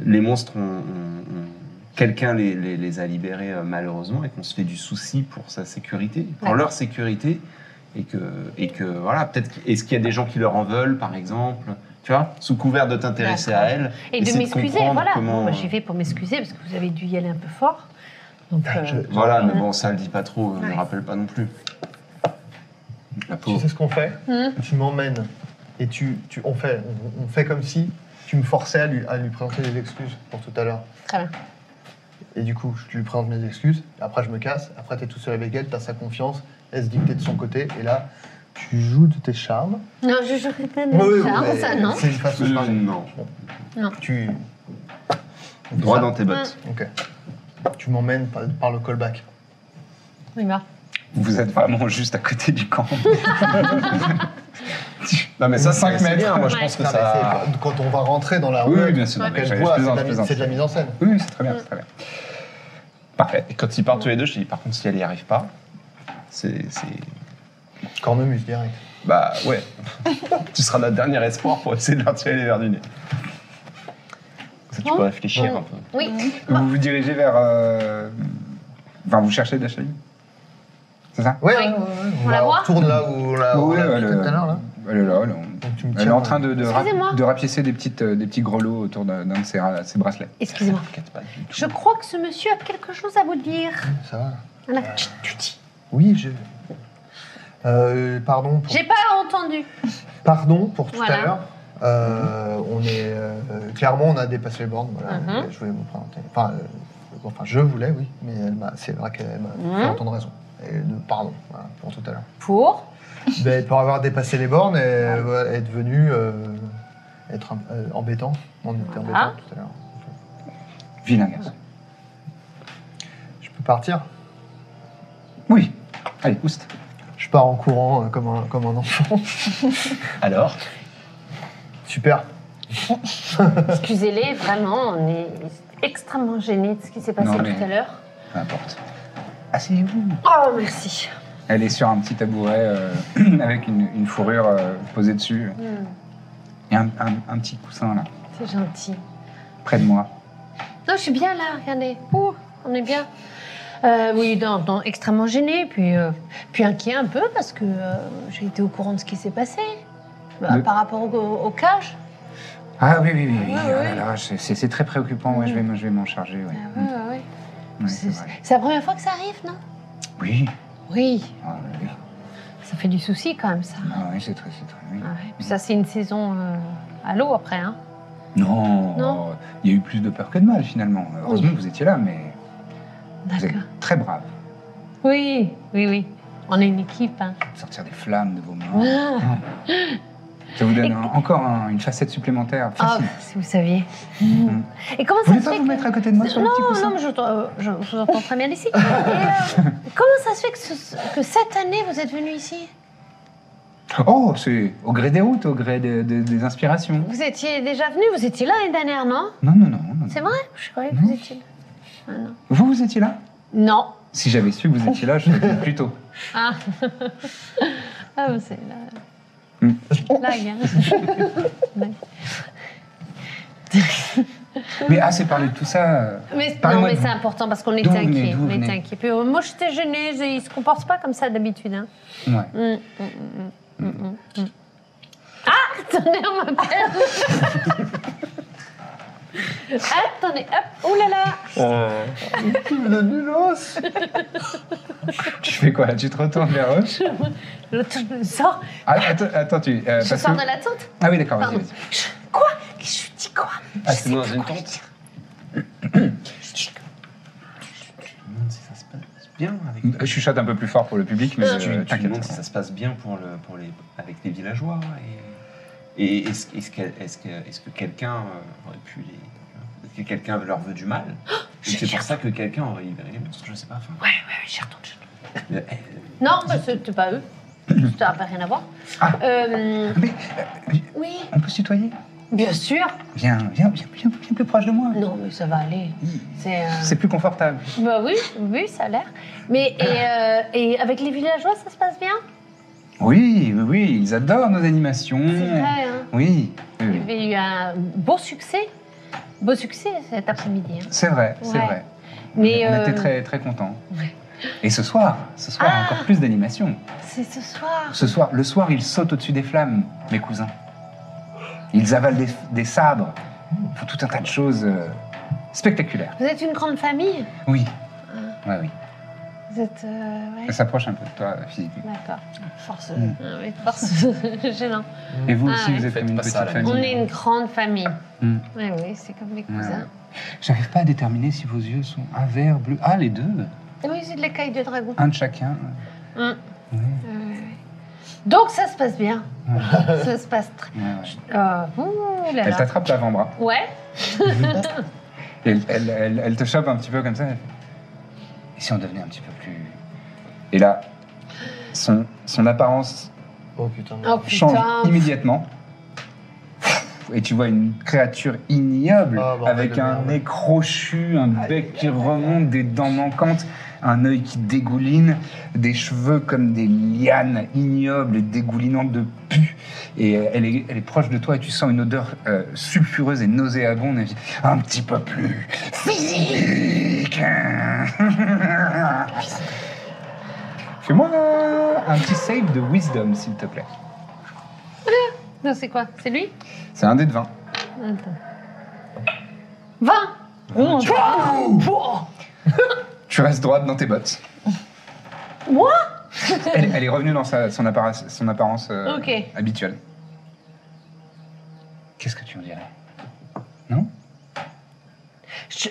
[SPEAKER 3] les monstres ont, ont- ont- quelqu'un les, les- les a libérés euh, malheureusement et qu'on se fait du souci pour sa sécurité, pour
[SPEAKER 7] Ouais.
[SPEAKER 3] leur sécurité et que et que voilà peut-être qu'- est-ce qu'il y a des gens qui leur en veulent par exemple tu vois sous couvert de t'intéresser à
[SPEAKER 7] D'accord.
[SPEAKER 3] elle
[SPEAKER 7] Et de
[SPEAKER 3] essayer
[SPEAKER 7] m'excuser,
[SPEAKER 3] comprendre
[SPEAKER 7] voilà.
[SPEAKER 3] comment-
[SPEAKER 7] Bon,
[SPEAKER 2] euh,
[SPEAKER 7] bah, J'y vais pour m'excuser parce que vous avez dû y aller un peu fort. Donc,
[SPEAKER 3] Ah,
[SPEAKER 7] euh,
[SPEAKER 2] Ah, Je-
[SPEAKER 3] voilà mais
[SPEAKER 7] Mm.
[SPEAKER 3] bon ça le dit pas trop ne
[SPEAKER 7] Ouais.
[SPEAKER 3] le rappelle pas non plus la
[SPEAKER 2] Tu
[SPEAKER 3] pauvre
[SPEAKER 2] sais ce qu'on fait
[SPEAKER 7] Hmm.
[SPEAKER 2] Tu m'emmènes et tu, tu- on, fait, on, on fait comme si tu me forçais à lui, à lui présenter des excuses pour tout à l'heure.
[SPEAKER 7] Très bien.
[SPEAKER 2] Et du coup, je lui présente mes excuses, après je me casse, après t'es tout seul avec elle, t'as sa confiance, elle se dictée de son côté, et là, tu joues de tes charmes.
[SPEAKER 7] Non, je jouerai pas de
[SPEAKER 2] Oui, oui,
[SPEAKER 7] ça,
[SPEAKER 2] mais
[SPEAKER 7] ça, non
[SPEAKER 2] C'est une façon de
[SPEAKER 3] Euh,
[SPEAKER 2] parler.
[SPEAKER 3] non
[SPEAKER 2] Tu... on fait
[SPEAKER 3] droit
[SPEAKER 2] ça
[SPEAKER 3] dans tes bottes
[SPEAKER 2] Ok. Tu m'emmènes par, par le callback.
[SPEAKER 7] Il va.
[SPEAKER 1] Vous êtes vraiment juste à côté du camp.
[SPEAKER 3] non mais ça
[SPEAKER 1] Cinq
[SPEAKER 3] c'est- c'est
[SPEAKER 1] mètres.
[SPEAKER 3] bien. moi je
[SPEAKER 7] Ouais.
[SPEAKER 3] pense que
[SPEAKER 2] Non, mais
[SPEAKER 3] ça
[SPEAKER 2] c'est- Quand on va rentrer dans la
[SPEAKER 1] Oui,
[SPEAKER 2] rue,
[SPEAKER 1] oui, bien sûr.
[SPEAKER 7] Ouais.
[SPEAKER 1] Non, mais
[SPEAKER 2] qu'elle
[SPEAKER 1] je
[SPEAKER 2] voit, c'est de
[SPEAKER 1] plaisante,
[SPEAKER 2] la
[SPEAKER 1] je
[SPEAKER 2] mi-
[SPEAKER 1] plaisante.
[SPEAKER 2] c'est de la mise en scène.
[SPEAKER 1] Oui, oui, c'est très bien, c'est très bien.
[SPEAKER 7] Mm.
[SPEAKER 1] Parfait.
[SPEAKER 3] Et quand ils partent tous les deux, je dis par contre, si elle n'y arrive pas, c'est. c'est-
[SPEAKER 2] Cornemuse, direct.
[SPEAKER 3] Bah ouais, (laughs) tu seras notre dernier espoir pour essayer de leur tirer les verres du nez. Ça, tu peux réfléchir un peu.
[SPEAKER 7] Oui.
[SPEAKER 1] Vous vous dirigez vers. euh, Enfin, vous cherchez Dachali C'est ça
[SPEAKER 2] Ouais,
[SPEAKER 7] Oui.
[SPEAKER 2] ouais, ouais, ouais. Bah,
[SPEAKER 7] On la
[SPEAKER 2] on
[SPEAKER 7] voit
[SPEAKER 2] retourne là où on l'a
[SPEAKER 1] Oui,
[SPEAKER 2] on l'a
[SPEAKER 1] elle
[SPEAKER 2] vu
[SPEAKER 1] est-
[SPEAKER 2] tout à l'heure. là.
[SPEAKER 1] Elle est là, elle, est-
[SPEAKER 2] Donc tu me
[SPEAKER 1] elle est
[SPEAKER 2] tiens,
[SPEAKER 1] en train de, de, rap-
[SPEAKER 7] Excusez-moi.
[SPEAKER 1] de rapiécer des, petites, euh, des petits grelots autour d'un d'un de ses, ra- ses bracelets.
[SPEAKER 7] Excusez-moi.
[SPEAKER 3] T'inquiète pas du tout.
[SPEAKER 7] Je crois que ce monsieur a quelque chose à vous dire. Ah,
[SPEAKER 2] Ça va
[SPEAKER 7] Un attitude.
[SPEAKER 2] Oui, je. Euh, pardon, pour,
[SPEAKER 7] J'ai pas entendu.
[SPEAKER 2] pardon pour tout
[SPEAKER 7] Voilà.
[SPEAKER 2] à l'heure. Euh, On est euh, clairement, on a dépassé les bornes. Voilà,
[SPEAKER 7] Mhm.
[SPEAKER 2] Je voulais vous présenter. Enfin, euh, enfin, je voulais, oui, mais elle m'a. C'est vrai qu'elle m'a fait
[SPEAKER 7] Mhm.
[SPEAKER 2] entendre raison. Et de, pardon voilà, pour tout à l'heure. (laughs)
[SPEAKER 7] Pour
[SPEAKER 2] Ben, pour avoir dépassé les bornes, elle ouais, est devenue euh, être un- euh, embêtant. On était
[SPEAKER 7] Voilà.
[SPEAKER 2] embêtant tout à l'heure.
[SPEAKER 1] Vilain garçon.
[SPEAKER 2] Je peux partir.
[SPEAKER 1] Oui. Allez, oust.
[SPEAKER 2] Je pars en courant euh, comme, un, comme un enfant.
[SPEAKER 1] (laughs)
[SPEAKER 3] Alors
[SPEAKER 2] Super.
[SPEAKER 7] Excusez-les, vraiment, on est extrêmement gênés de ce qui s'est passé
[SPEAKER 1] Non,
[SPEAKER 7] tout
[SPEAKER 1] mais-
[SPEAKER 7] à l'heure.
[SPEAKER 1] Peu importe. Asseyez-vous.
[SPEAKER 7] Oh, merci.
[SPEAKER 1] Elle est sur un petit tabouret euh, (clears throat) avec une, une fourrure euh, posée dessus.
[SPEAKER 7] Hmm,
[SPEAKER 1] Il y a un, un- un petit coussin là,
[SPEAKER 7] C'est gentil.
[SPEAKER 1] près de moi.
[SPEAKER 7] Non, je suis bien là, regardez. Ouh, on est bien. Euh, oui, non, non, extrêmement gênée, puis, euh, puis inquiet un peu parce que euh, j'ai été au courant de ce qui s'est passé. Bah,
[SPEAKER 1] Mais-
[SPEAKER 7] Par rapport au, au cage.
[SPEAKER 1] Ah oui, oui, oui. oui.
[SPEAKER 7] Ouais,
[SPEAKER 1] Oh là
[SPEAKER 7] ouais.
[SPEAKER 1] là, c'est- c'est c'est très préoccupant. Ouais, je vais, m'en- je vais m'en charger. ouais. Mm.
[SPEAKER 7] Ah, ouais, ouais, ouais.
[SPEAKER 1] Ouais, c'est
[SPEAKER 7] C'est
[SPEAKER 1] vrai.
[SPEAKER 7] c'est la première fois que ça arrive, non
[SPEAKER 1] Oui.
[SPEAKER 7] Oui,
[SPEAKER 1] Ah, oui.
[SPEAKER 7] ça fait du souci quand même, ça.
[SPEAKER 1] Ah oui, c'est très, c'est très. oui.
[SPEAKER 7] Ah ouais, Puis ça, c'est une saison euh, à l'eau après. Hein.
[SPEAKER 1] Non,
[SPEAKER 7] Non.
[SPEAKER 1] il y a eu plus de peur que de mal finalement. Heureusement que vous étiez là, mais vous êtes
[SPEAKER 7] Ah, D'accord.
[SPEAKER 1] très brave.
[SPEAKER 7] Oui, oui, oui. On est une équipe. Hein.
[SPEAKER 1] Sortir des flammes de vos mains,
[SPEAKER 7] Ah,
[SPEAKER 1] ça vous donne un- encore un- une facette supplémentaire.
[SPEAKER 7] ah,
[SPEAKER 1] Facile.
[SPEAKER 7] si vous saviez.
[SPEAKER 1] Mm.
[SPEAKER 7] Et comment
[SPEAKER 1] Vous
[SPEAKER 7] ça
[SPEAKER 1] voulez
[SPEAKER 7] se
[SPEAKER 1] pas
[SPEAKER 7] fait
[SPEAKER 1] vous
[SPEAKER 7] que...
[SPEAKER 1] mettre à côté de moi sur le petit
[SPEAKER 7] Non,
[SPEAKER 1] coussin
[SPEAKER 7] non, mais je, euh, je- je vous entends très bien d'ici. (laughs) Et, euh, comment ça se fait que, ce- que cette année, vous êtes venu ici
[SPEAKER 1] Oh, c'est au gré des routes, au gré de- de- des inspirations.
[SPEAKER 7] Vous étiez déjà venu, vous étiez là l'année dernière, non
[SPEAKER 1] Non, non, non. non.
[SPEAKER 7] C'est vrai Je croyais que vous étiez... Ah, non.
[SPEAKER 1] Vous, vous étiez là
[SPEAKER 7] Non.
[SPEAKER 1] Si j'avais su que vous étiez là, je serais venu plus tôt.
[SPEAKER 7] Ah, (laughs) ah bah, c'est la...
[SPEAKER 1] (laughs) Mm.
[SPEAKER 7] blague. hein. Blague.
[SPEAKER 1] Mais assez parlé de tout ça. euh,
[SPEAKER 7] Mais, non,
[SPEAKER 1] Parlez-moi
[SPEAKER 7] mais
[SPEAKER 1] de
[SPEAKER 7] c'est
[SPEAKER 1] vous.
[SPEAKER 7] important parce qu'on
[SPEAKER 1] D'où
[SPEAKER 7] était
[SPEAKER 1] vous venez,
[SPEAKER 7] inquiets.
[SPEAKER 1] d'où
[SPEAKER 7] On
[SPEAKER 1] vous
[SPEAKER 7] était
[SPEAKER 1] venez.
[SPEAKER 7] inquiets. Puis, euh, moi, j'étais gênée. je- Ils se comportent pas comme ça d'habitude. Hein.
[SPEAKER 1] Ouais.
[SPEAKER 7] Mm, mm, mm, mm, mm, mm. Ah Attendez, on m'appelle Attendez, hop, oulala
[SPEAKER 2] Le nulos
[SPEAKER 1] Tu fais quoi là Tu te retournes vers eux
[SPEAKER 7] L'autre, je me sors,
[SPEAKER 1] ah, Attends, attends, tu. euh,
[SPEAKER 7] je
[SPEAKER 1] parce
[SPEAKER 7] sors
[SPEAKER 1] que-
[SPEAKER 7] de la tente.
[SPEAKER 1] Ah oui, d'accord, vas-y,
[SPEAKER 7] Pardon.
[SPEAKER 1] vas-y.
[SPEAKER 7] Je- Quoi Je dis quoi
[SPEAKER 1] Ah,
[SPEAKER 7] Je
[SPEAKER 1] c'est
[SPEAKER 7] sais
[SPEAKER 1] dans
[SPEAKER 7] pas
[SPEAKER 1] une
[SPEAKER 7] quoi
[SPEAKER 1] tente.
[SPEAKER 7] dire.
[SPEAKER 3] Je me demande si ça se passe bien avec.
[SPEAKER 1] Je chuchote un peu plus fort pour le public, mais
[SPEAKER 3] Tu-
[SPEAKER 1] euh,
[SPEAKER 3] tu me demandes
[SPEAKER 1] t'inquiète.
[SPEAKER 3] si ça se passe bien pour le, pour les, avec les villageois et, et est-ce est-ce que, est-ce que, est-ce que quelqu'un euh, aurait pu les. Est-ce que quelqu'un leur veut du mal
[SPEAKER 7] je
[SPEAKER 3] Et C'est
[SPEAKER 7] vais
[SPEAKER 3] pour
[SPEAKER 7] dire-
[SPEAKER 3] ça que quelqu'un aurait libéré les monstres, je sais pas. enfin,
[SPEAKER 7] Ouais, ouais, j'y retourne. j'y retourne.
[SPEAKER 3] euh, euh,
[SPEAKER 7] Non, bah, c'était pas eux. Ça n'a pas rien à voir.
[SPEAKER 1] Ah.
[SPEAKER 7] Euh,
[SPEAKER 1] Mais euh,
[SPEAKER 7] oui,
[SPEAKER 1] on peut se tutoyer
[SPEAKER 7] bien sûr.
[SPEAKER 1] Viens, viens, viens, viens, viens plus proche de moi.
[SPEAKER 7] Non, mais ça va aller. C'est. euh,
[SPEAKER 1] C'est plus confortable.
[SPEAKER 7] Bah oui, oui, ça a l'air. Mais et, euh, et avec les villageois, ça se passe bien
[SPEAKER 1] Oui, oui, oui, ils adorent nos animations.
[SPEAKER 7] C'est vrai, hein
[SPEAKER 1] Oui, oui,
[SPEAKER 7] Il y
[SPEAKER 1] oui.
[SPEAKER 7] avait eu un beau succès. Beau succès cet après-midi. hein.
[SPEAKER 1] c'est vrai, c'est
[SPEAKER 7] Ouais.
[SPEAKER 1] vrai.
[SPEAKER 7] Mais
[SPEAKER 1] on était
[SPEAKER 7] euh,
[SPEAKER 1] très, très contents.
[SPEAKER 7] Ouais.
[SPEAKER 1] Et ce soir, ce soir,
[SPEAKER 7] Ah
[SPEAKER 1] encore plus d'animations.
[SPEAKER 7] C'est ce soir.
[SPEAKER 1] Ce soir, le soir, ils sautent au-dessus des flammes, mes cousins. Ils avalent des, des sabres, Ils font tout un tas de choses euh, spectaculaires.
[SPEAKER 7] Vous êtes une grande famille.
[SPEAKER 1] Oui,
[SPEAKER 7] Ah.
[SPEAKER 1] ouais, oui.
[SPEAKER 7] Vous êtes. euh, ouais.
[SPEAKER 1] Elle s'approche un peu de toi, physiquement.
[SPEAKER 7] D'accord. Force.
[SPEAKER 1] Mm.
[SPEAKER 7] Ah oui, force. (laughs) Gênant.
[SPEAKER 1] Et vous
[SPEAKER 7] Ah
[SPEAKER 1] aussi,
[SPEAKER 7] ouais.
[SPEAKER 1] vous êtes
[SPEAKER 6] Faites
[SPEAKER 1] comme une
[SPEAKER 6] pas
[SPEAKER 1] petite
[SPEAKER 6] ça à la
[SPEAKER 1] famille.
[SPEAKER 7] On est une grande famille.
[SPEAKER 1] Mm.
[SPEAKER 7] Oui, oui, c'est comme
[SPEAKER 1] Ouais,
[SPEAKER 7] les cousins.
[SPEAKER 1] ouais. J'arrive pas à déterminer si vos yeux sont un vert, bleu. Ah, les deux
[SPEAKER 7] Oui, c'est de l'écaille de dragon.
[SPEAKER 1] Un de chacun.
[SPEAKER 7] Mm.
[SPEAKER 1] Ah. Ouais,
[SPEAKER 7] Euh, Donc ça se passe bien.
[SPEAKER 1] Ouais.
[SPEAKER 7] ça se passe très.
[SPEAKER 1] ouais, ouais.
[SPEAKER 7] Euh, ouh là
[SPEAKER 1] Elle
[SPEAKER 7] là.
[SPEAKER 1] t'attrape l'avant-bras.
[SPEAKER 7] Ouais.
[SPEAKER 1] Et Elle, elle- elle- elle te chope un petit peu comme ça. elle fait, Et si on devenait un petit peu plus. Et là, son, son apparence
[SPEAKER 2] Oh putain.
[SPEAKER 7] Oh
[SPEAKER 2] merde.
[SPEAKER 1] change
[SPEAKER 7] putain.
[SPEAKER 1] immédiatement. Et tu vois une créature ignoble
[SPEAKER 2] Ah, bordel
[SPEAKER 1] avec
[SPEAKER 2] de
[SPEAKER 1] un
[SPEAKER 2] merde.
[SPEAKER 1] nez crochu, un bec qui remonte, des dents manquantes, un œil qui dégouline, des cheveux comme des lianes ignobles et dégoulinantes de pu. Et euh, elle est, elle est proche de toi et tu sens une odeur euh, sulfureuse et nauséabonde. Et un petit peu plus physique. Fais-moi un petit save de wisdom, s'il te plaît.
[SPEAKER 7] Non, c'est quoi C'est lui
[SPEAKER 1] C'est un dé de 20.
[SPEAKER 7] Attends. 20
[SPEAKER 1] Tu restes droite dans tes bottes.
[SPEAKER 7] Moi
[SPEAKER 1] elle, elle est revenue dans sa- son apparence, son apparence euh,
[SPEAKER 7] Ok.
[SPEAKER 1] habituelle. Qu'est-ce que tu en dirais Non
[SPEAKER 7] Je...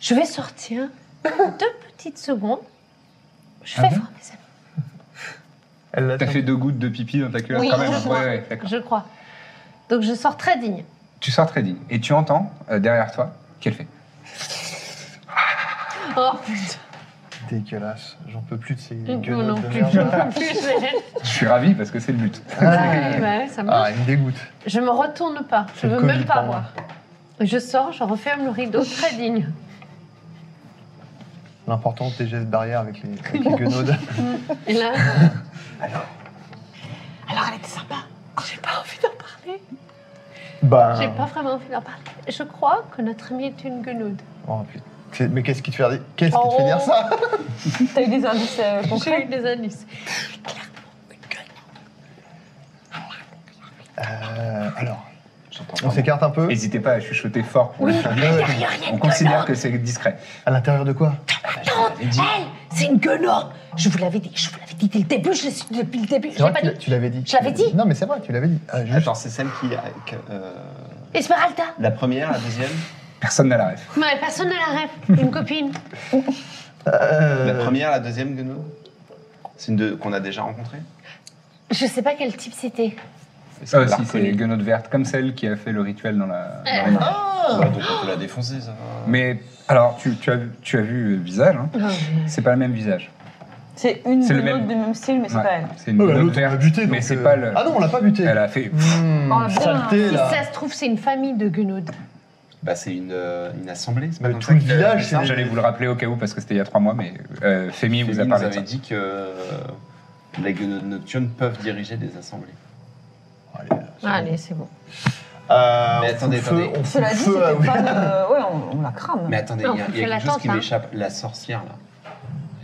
[SPEAKER 7] Je vais sortir deux petites secondes. Je
[SPEAKER 1] Ah
[SPEAKER 7] vais
[SPEAKER 1] bon
[SPEAKER 7] voir mes amis.
[SPEAKER 2] Elle l'a
[SPEAKER 1] T'as fait deux gouttes de pipi dans ta culotte
[SPEAKER 7] Oui,
[SPEAKER 1] quand
[SPEAKER 7] (laughs)
[SPEAKER 1] même.
[SPEAKER 7] je
[SPEAKER 1] Ouais,
[SPEAKER 7] crois.
[SPEAKER 1] ouais, d'accord.
[SPEAKER 7] Je crois. Donc je sors très digne.
[SPEAKER 1] Tu sors très digne. Et tu entends euh, derrière toi qu'elle fait.
[SPEAKER 7] Oh putain.
[SPEAKER 2] dégueulasse. J'en peux plus de ces
[SPEAKER 7] Moi non
[SPEAKER 2] gueulottes de
[SPEAKER 7] plus.
[SPEAKER 2] merde.
[SPEAKER 7] (laughs)
[SPEAKER 2] là.
[SPEAKER 7] J'en peux plus.
[SPEAKER 1] Je suis ravi parce que c'est le but.
[SPEAKER 7] Ouais, ouais, ça marche.
[SPEAKER 2] Ah, elle me dégoûte.
[SPEAKER 7] Je me retourne pas. Je
[SPEAKER 2] C'est le
[SPEAKER 7] veux même
[SPEAKER 2] Covid
[SPEAKER 7] pas
[SPEAKER 2] pour moi.
[SPEAKER 7] voir. Je sors, je referme le rideau très digne.
[SPEAKER 2] L'importance des gestes barrières avec les, avec les
[SPEAKER 7] (laughs)
[SPEAKER 2] guenaudes.
[SPEAKER 7] Et
[SPEAKER 2] (laughs)
[SPEAKER 7] là,
[SPEAKER 5] Alors elle était sympa.
[SPEAKER 7] Oh, j'ai pas envie d'en parler.
[SPEAKER 2] Ben.
[SPEAKER 7] J'ai pas vraiment envie d'en parler. Je crois que notre amie est une guenoude.
[SPEAKER 2] Oh, putain. C'est- Mais qu'est-ce qui te fait dire, qu'est-ce qui te fait
[SPEAKER 7] Oh.
[SPEAKER 2] dire
[SPEAKER 7] (laughs)
[SPEAKER 2] ça
[SPEAKER 5] T'as eu des indices euh,
[SPEAKER 7] J'ai eu
[SPEAKER 5] concrets
[SPEAKER 7] des indices.
[SPEAKER 2] Euh, Alors,
[SPEAKER 1] J'entends
[SPEAKER 2] on
[SPEAKER 1] vraiment.
[SPEAKER 2] s'écarte un peu.
[SPEAKER 1] N'hésitez pas à chuchoter fort pour le faire
[SPEAKER 2] Ouais, ouais.
[SPEAKER 1] On considère que c'est discret.
[SPEAKER 2] À l'intérieur de quoi
[SPEAKER 7] Elle, c'est une guenoude. Je vous l'avais dit, je vous l'avais dit dès le début, je suis depuis le début. Je
[SPEAKER 2] C'est
[SPEAKER 7] l'ai
[SPEAKER 2] vrai que
[SPEAKER 7] pas
[SPEAKER 2] tu,
[SPEAKER 7] dit.
[SPEAKER 2] tu l'avais dit.
[SPEAKER 7] Je l'avais dit.
[SPEAKER 2] Non, mais c'est vrai, tu l'avais dit. Ah, juste-
[SPEAKER 3] Attends, c'est celle qui. a- que, euh,
[SPEAKER 7] Esmeralda.
[SPEAKER 3] la première, la deuxième
[SPEAKER 1] Personne n'a la ref.
[SPEAKER 7] Mais personne n'a
[SPEAKER 2] (laughs)
[SPEAKER 7] la rêve. Une copine.
[SPEAKER 3] La
[SPEAKER 2] Euh,
[SPEAKER 3] première, la deuxième, Guenot C'est une de- qu'on a déjà rencontrée
[SPEAKER 7] Je sais pas quel type c'était.
[SPEAKER 1] Ça
[SPEAKER 6] Ah,
[SPEAKER 1] aussi, c'est guenotte verte, comme celle qui a fait le rituel dans la. dans la-
[SPEAKER 3] Ouais, donc on peut la défoncer, ça va.
[SPEAKER 1] Mais alors, tu, tu as, tu as vu euh, visage,
[SPEAKER 7] Oh,
[SPEAKER 1] hein c'est pas le même visage.
[SPEAKER 5] C'est une
[SPEAKER 1] C'est le
[SPEAKER 5] de
[SPEAKER 1] même.
[SPEAKER 5] l'autre du même style, mais c'est
[SPEAKER 1] Ouais,
[SPEAKER 5] pas elle.
[SPEAKER 1] C'est une
[SPEAKER 2] oh, bah,
[SPEAKER 1] guenotte
[SPEAKER 2] l'autre, on l'a
[SPEAKER 1] verte,
[SPEAKER 2] buté.
[SPEAKER 1] mais
[SPEAKER 2] donc,
[SPEAKER 1] c'est
[SPEAKER 2] euh,
[SPEAKER 1] pas le.
[SPEAKER 2] Ah non, on l'a pas buté.
[SPEAKER 1] Elle a fait.
[SPEAKER 2] Mmh,
[SPEAKER 5] Oh,
[SPEAKER 2] saleté,
[SPEAKER 7] Si
[SPEAKER 2] là.
[SPEAKER 7] ça se trouve, c'est une famille de guenoudes.
[SPEAKER 3] Bah, c'est une, euh, une assemblée, c'est pas
[SPEAKER 2] Mais
[SPEAKER 3] comme
[SPEAKER 2] tout
[SPEAKER 3] ça
[SPEAKER 2] le
[SPEAKER 3] qu'il a-
[SPEAKER 2] village,
[SPEAKER 3] ça
[SPEAKER 2] c'est-
[SPEAKER 1] Euh, J'allais vous le rappeler au cas où parce que c'était il y a trois mois, mais euh, Femi vous a
[SPEAKER 3] Féline nous
[SPEAKER 1] parlé de
[SPEAKER 3] avait
[SPEAKER 1] ça.
[SPEAKER 3] dit que euh, les guenaudes nocturnes peuvent diriger des assemblées.
[SPEAKER 2] Ah, Allez, là, c'est bon.
[SPEAKER 7] Allez, c'est bon.
[SPEAKER 2] Euh,
[SPEAKER 6] Mais
[SPEAKER 2] on
[SPEAKER 6] attendez,
[SPEAKER 2] fout le
[SPEAKER 6] attendez.
[SPEAKER 2] feu, on fout
[SPEAKER 5] Cela
[SPEAKER 2] le
[SPEAKER 5] dit,
[SPEAKER 2] feu, ah
[SPEAKER 5] c'était
[SPEAKER 2] oui.
[SPEAKER 5] pas. euh, ouais, on, on la crame.
[SPEAKER 6] Mais attendez,
[SPEAKER 7] Non,
[SPEAKER 6] il y a, il y a
[SPEAKER 7] je
[SPEAKER 6] quelque
[SPEAKER 7] l'attends,
[SPEAKER 6] chose qui
[SPEAKER 7] ça.
[SPEAKER 6] m'échappe. La sorcière, là,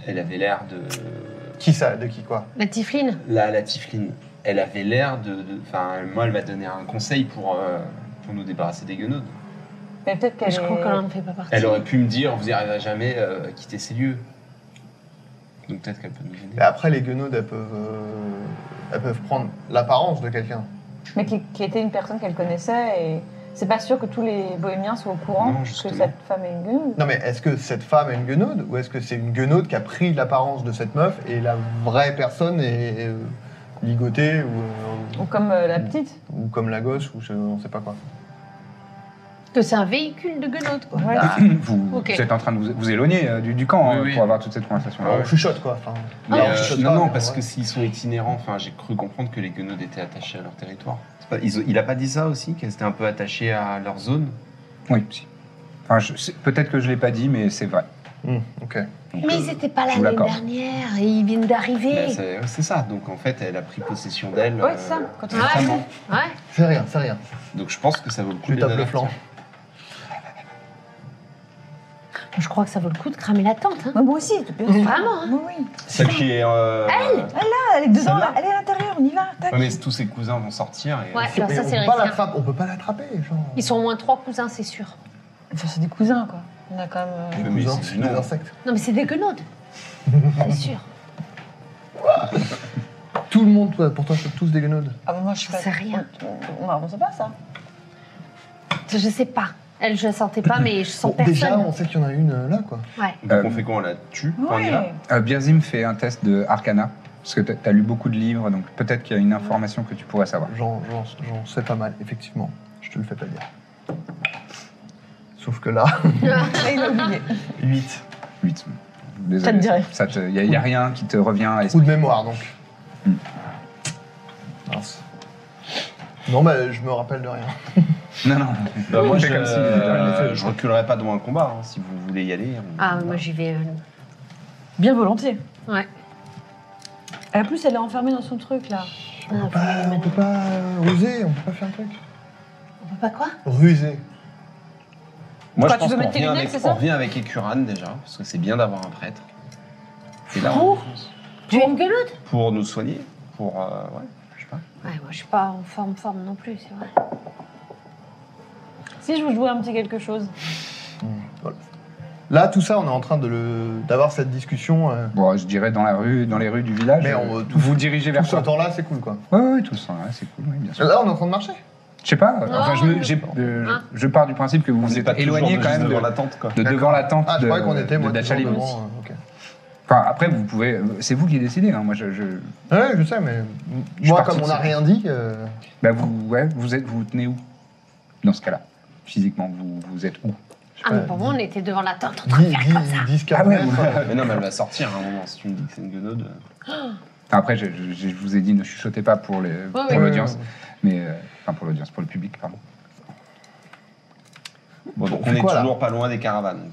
[SPEAKER 6] elle avait l'air de.
[SPEAKER 2] Qui ça De qui quoi
[SPEAKER 7] La tifline
[SPEAKER 6] La, la Tifline, elle avait l'air de. de- Enfin, moi, elle m'a donné un conseil pour, euh, pour nous débarrasser des guenaudes.
[SPEAKER 5] Mais peut-être qu'elle.
[SPEAKER 7] Je
[SPEAKER 5] est-
[SPEAKER 7] crois qu'on n'en fait pas partie.
[SPEAKER 6] Elle aurait pu me dire, vous n'y arriverez jamais euh, à quitter ces lieux. Donc peut-être qu'elle peut nous aider.
[SPEAKER 2] Et Après, les guenaudes, elles peuvent, euh, elles peuvent prendre l'apparence de quelqu'un.
[SPEAKER 5] Mais qui, qui était une personne qu'elle connaissait et. C'est pas sûr que tous les bohémiens soient au courant
[SPEAKER 6] Non,
[SPEAKER 5] que
[SPEAKER 6] justement.
[SPEAKER 5] cette femme est une gueule.
[SPEAKER 2] Non, mais est-ce que cette femme est une guenaude ou est-ce que c'est une guenaude qui a pris l'apparence de cette meuf et la vraie personne est euh, ligotée ou, euh,
[SPEAKER 5] Ou comme euh, la petite.
[SPEAKER 2] ou comme la gosse ou je, on sait pas quoi
[SPEAKER 7] Que c'est un véhicule de guenaude, quoi.
[SPEAKER 5] Voilà.
[SPEAKER 1] Ah. vous,
[SPEAKER 7] Ok.
[SPEAKER 1] vous êtes en train de vous, vous éloigner euh, du, du camp
[SPEAKER 6] Oui,
[SPEAKER 1] hein,
[SPEAKER 6] oui.
[SPEAKER 1] pour avoir toute cette conversation.
[SPEAKER 3] Ah
[SPEAKER 2] On chuchote quoi. Enfin,
[SPEAKER 6] Mais,
[SPEAKER 2] non,
[SPEAKER 6] euh,
[SPEAKER 2] on chuchote
[SPEAKER 6] non,
[SPEAKER 2] pas,
[SPEAKER 6] non,
[SPEAKER 2] mais
[SPEAKER 6] parce
[SPEAKER 2] ouais.
[SPEAKER 6] que s'ils sont itinérants, enfin, j'ai cru comprendre que les guenaudes étaient attachés à leur territoire.
[SPEAKER 3] C'est pas- ils- il a pas dit ça aussi, qu'elles étaient un peu attachées à leur zone
[SPEAKER 1] Oui, si. Enfin, je- c'est- peut-être que je l'ai pas dit, mais c'est vrai.
[SPEAKER 2] Hmm, ok.
[SPEAKER 1] Donc,
[SPEAKER 7] Mais
[SPEAKER 1] euh,
[SPEAKER 7] ils étaient pas
[SPEAKER 1] je
[SPEAKER 7] là
[SPEAKER 1] vous
[SPEAKER 7] l'année
[SPEAKER 1] l'accorde. Ben,
[SPEAKER 7] dernière et ils viennent
[SPEAKER 6] Bah,
[SPEAKER 7] d'arriver.
[SPEAKER 6] c'est c'est ça. Donc en fait, elle a pris possession d'elle.
[SPEAKER 5] Ouais, c'est
[SPEAKER 3] euh,
[SPEAKER 5] ça. Quand on
[SPEAKER 7] Ah, Ouais.
[SPEAKER 6] récemment.
[SPEAKER 7] Ouais.
[SPEAKER 2] Fais rien, fais rien.
[SPEAKER 6] Donc je pense que ça vaut le coup.
[SPEAKER 2] Je
[SPEAKER 6] de
[SPEAKER 2] tape le
[SPEAKER 6] l'avertir.
[SPEAKER 2] flanc.
[SPEAKER 7] Je crois que ça vaut le coup de cramer la tente. Hein.
[SPEAKER 5] Mais moi aussi, bien sûr.
[SPEAKER 7] Vraiment, hein.
[SPEAKER 5] Oui, oui.
[SPEAKER 3] Celle qui est. euh,
[SPEAKER 5] Ah, elle est dedans,
[SPEAKER 3] Celle-là
[SPEAKER 5] là. elle est à l'intérieur, on y va. Tac.
[SPEAKER 3] ouais, mais tous ses cousins vont sortir et.
[SPEAKER 7] Ouais, alors
[SPEAKER 2] Mais
[SPEAKER 7] ça,
[SPEAKER 2] on, peut pas
[SPEAKER 7] c'est risqué. hein.
[SPEAKER 2] l'attraper- on peut pas l'attraper, genre.
[SPEAKER 7] Ils sont au moins trois cousins, c'est sûr.
[SPEAKER 5] Enfin, c'est des cousins, quoi. On a quand même. euh,
[SPEAKER 2] Les
[SPEAKER 3] Mais mais
[SPEAKER 2] cousins,
[SPEAKER 3] c'est
[SPEAKER 2] c'est
[SPEAKER 3] non.
[SPEAKER 2] des insectes.
[SPEAKER 7] Non, mais c'est
[SPEAKER 2] (laughs)
[SPEAKER 7] des guenaudes. c'est sûr.
[SPEAKER 2] Tout le monde, toi, pour toi, sont tous des guenaudes.
[SPEAKER 5] Ah, bah, moi, je
[SPEAKER 7] J'en sais rien.
[SPEAKER 5] On, Bah, on, on sait pas ça.
[SPEAKER 7] Je sais pas. Elle, je la sentais pas, mais je sens
[SPEAKER 2] Bon, déjà,
[SPEAKER 7] personne.
[SPEAKER 2] on sait qu'il y en a une euh, là, quoi.
[SPEAKER 7] Ouais.
[SPEAKER 3] Donc
[SPEAKER 1] Euh,
[SPEAKER 3] on fait quoi On la tue Enfin, on y va
[SPEAKER 5] Ouais.
[SPEAKER 1] euh, Birzim fait un test de Arcana, parce que tu as lu beaucoup de livres, donc peut-être qu'il y a une information que tu pourrais savoir.
[SPEAKER 2] J'en j'en- j'en sais pas mal, effectivement. Je te le fais pas dire. Sauf que là, (laughs)
[SPEAKER 5] Et Ah, il a oublié.
[SPEAKER 2] 8.
[SPEAKER 1] 8. Désolé.
[SPEAKER 5] te dirait.
[SPEAKER 1] Ça te Il n'y a, rien qui te revient à
[SPEAKER 2] Coup
[SPEAKER 1] l'esprit.
[SPEAKER 2] de mémoire, donc.
[SPEAKER 1] Hmm.
[SPEAKER 2] Mince. Non, bah, je me rappelle de rien.
[SPEAKER 1] Non, non.
[SPEAKER 3] Bah, moi,
[SPEAKER 1] On fait
[SPEAKER 3] je,
[SPEAKER 1] comme si-
[SPEAKER 3] euh, je reculerai pas devant un combat. hein. Si vous voulez y aller, on-
[SPEAKER 7] Ah, moi, j'y vais. euh,
[SPEAKER 5] Bien volontiers.
[SPEAKER 7] Ouais.
[SPEAKER 5] Et en plus, elle est enfermée dans son truc, là.
[SPEAKER 7] On peut
[SPEAKER 2] Bah, on peut pas euh, ruser, on peut pas faire un truc.
[SPEAKER 7] pas quoi
[SPEAKER 2] Ruser.
[SPEAKER 3] Moi,
[SPEAKER 5] Quoi,
[SPEAKER 3] je
[SPEAKER 5] tu
[SPEAKER 3] pense
[SPEAKER 5] veux
[SPEAKER 3] qu'on
[SPEAKER 5] mettre tes
[SPEAKER 3] revient,
[SPEAKER 5] lunettes,
[SPEAKER 3] avec,
[SPEAKER 5] c'est ça
[SPEAKER 3] on revient avec Ekurane déjà, parce que c'est bien d'avoir un prêtre. Et là,
[SPEAKER 7] Oh. Tu es une guenaude
[SPEAKER 3] pour nous soigner, pour. euh, ouais, je sais pas.
[SPEAKER 7] Ouais, moi, je suis pas en forme, forme non plus, c'est vrai.
[SPEAKER 5] Si je vous jouais un petit quelque chose.
[SPEAKER 2] Là, tout ça, on est en train de le- d'avoir cette discussion. euh,
[SPEAKER 1] Bon, je dirais dans la rue, dans les rues du village.
[SPEAKER 2] Mais
[SPEAKER 1] euh,
[SPEAKER 2] on, euh, tout-
[SPEAKER 1] vous dirigez
[SPEAKER 2] tout
[SPEAKER 1] vers
[SPEAKER 2] ce
[SPEAKER 1] quoi
[SPEAKER 2] temps-là, c'est cool, quoi.
[SPEAKER 1] Oui, oui, tout ça, ouais, c'est cool, oui, bien sûr.
[SPEAKER 2] Là, on est en train de marcher.
[SPEAKER 1] Je sais pas. euh, enfin, je, me-
[SPEAKER 7] Non.
[SPEAKER 1] j'ai- euh,
[SPEAKER 7] Hein
[SPEAKER 1] je pars du principe que vous vous êtes éloigné quand même de,
[SPEAKER 3] devant la tente, quoi.
[SPEAKER 1] de devant la tente
[SPEAKER 2] Ah, je
[SPEAKER 1] de,
[SPEAKER 2] croyais qu'on était
[SPEAKER 1] de
[SPEAKER 2] moi
[SPEAKER 1] Dachalim.
[SPEAKER 2] toujours devant, euh, ok.
[SPEAKER 1] Enfin, après, vous pouvez. C'est vous qui décidez. hein, Moi, je. je-
[SPEAKER 2] Ouais, je sais, mais
[SPEAKER 1] suis
[SPEAKER 2] moi,
[SPEAKER 1] parti
[SPEAKER 2] comme on
[SPEAKER 1] de
[SPEAKER 2] n'a
[SPEAKER 1] ça.
[SPEAKER 2] rien dit, euh,
[SPEAKER 1] Bah, vous, ouais, vous êtes. Vous tenez où Dans ce cas-là, physiquement, vous, vous êtes où
[SPEAKER 2] je sais
[SPEAKER 7] Ah,
[SPEAKER 2] pas,
[SPEAKER 7] mais pour moi, on était devant la tente en train de
[SPEAKER 2] 10,
[SPEAKER 7] faire
[SPEAKER 2] 10, 10, 15
[SPEAKER 1] Ah ouais,
[SPEAKER 2] mètres, euh,
[SPEAKER 3] (laughs) Mais non, mais elle va sortir à un moment. Si tu me dis que c'est une guenaude. euh,
[SPEAKER 1] Après, je, je- je vous ai dit, ne chuchotez pas pour les- pour
[SPEAKER 7] oui.
[SPEAKER 1] l'audience, mais euh, enfin pour l'audience, pour le public, pardon.
[SPEAKER 3] Bon, donc
[SPEAKER 2] On
[SPEAKER 3] on
[SPEAKER 2] fait
[SPEAKER 3] est
[SPEAKER 2] quoi, là
[SPEAKER 3] toujours pas loin des caravanes.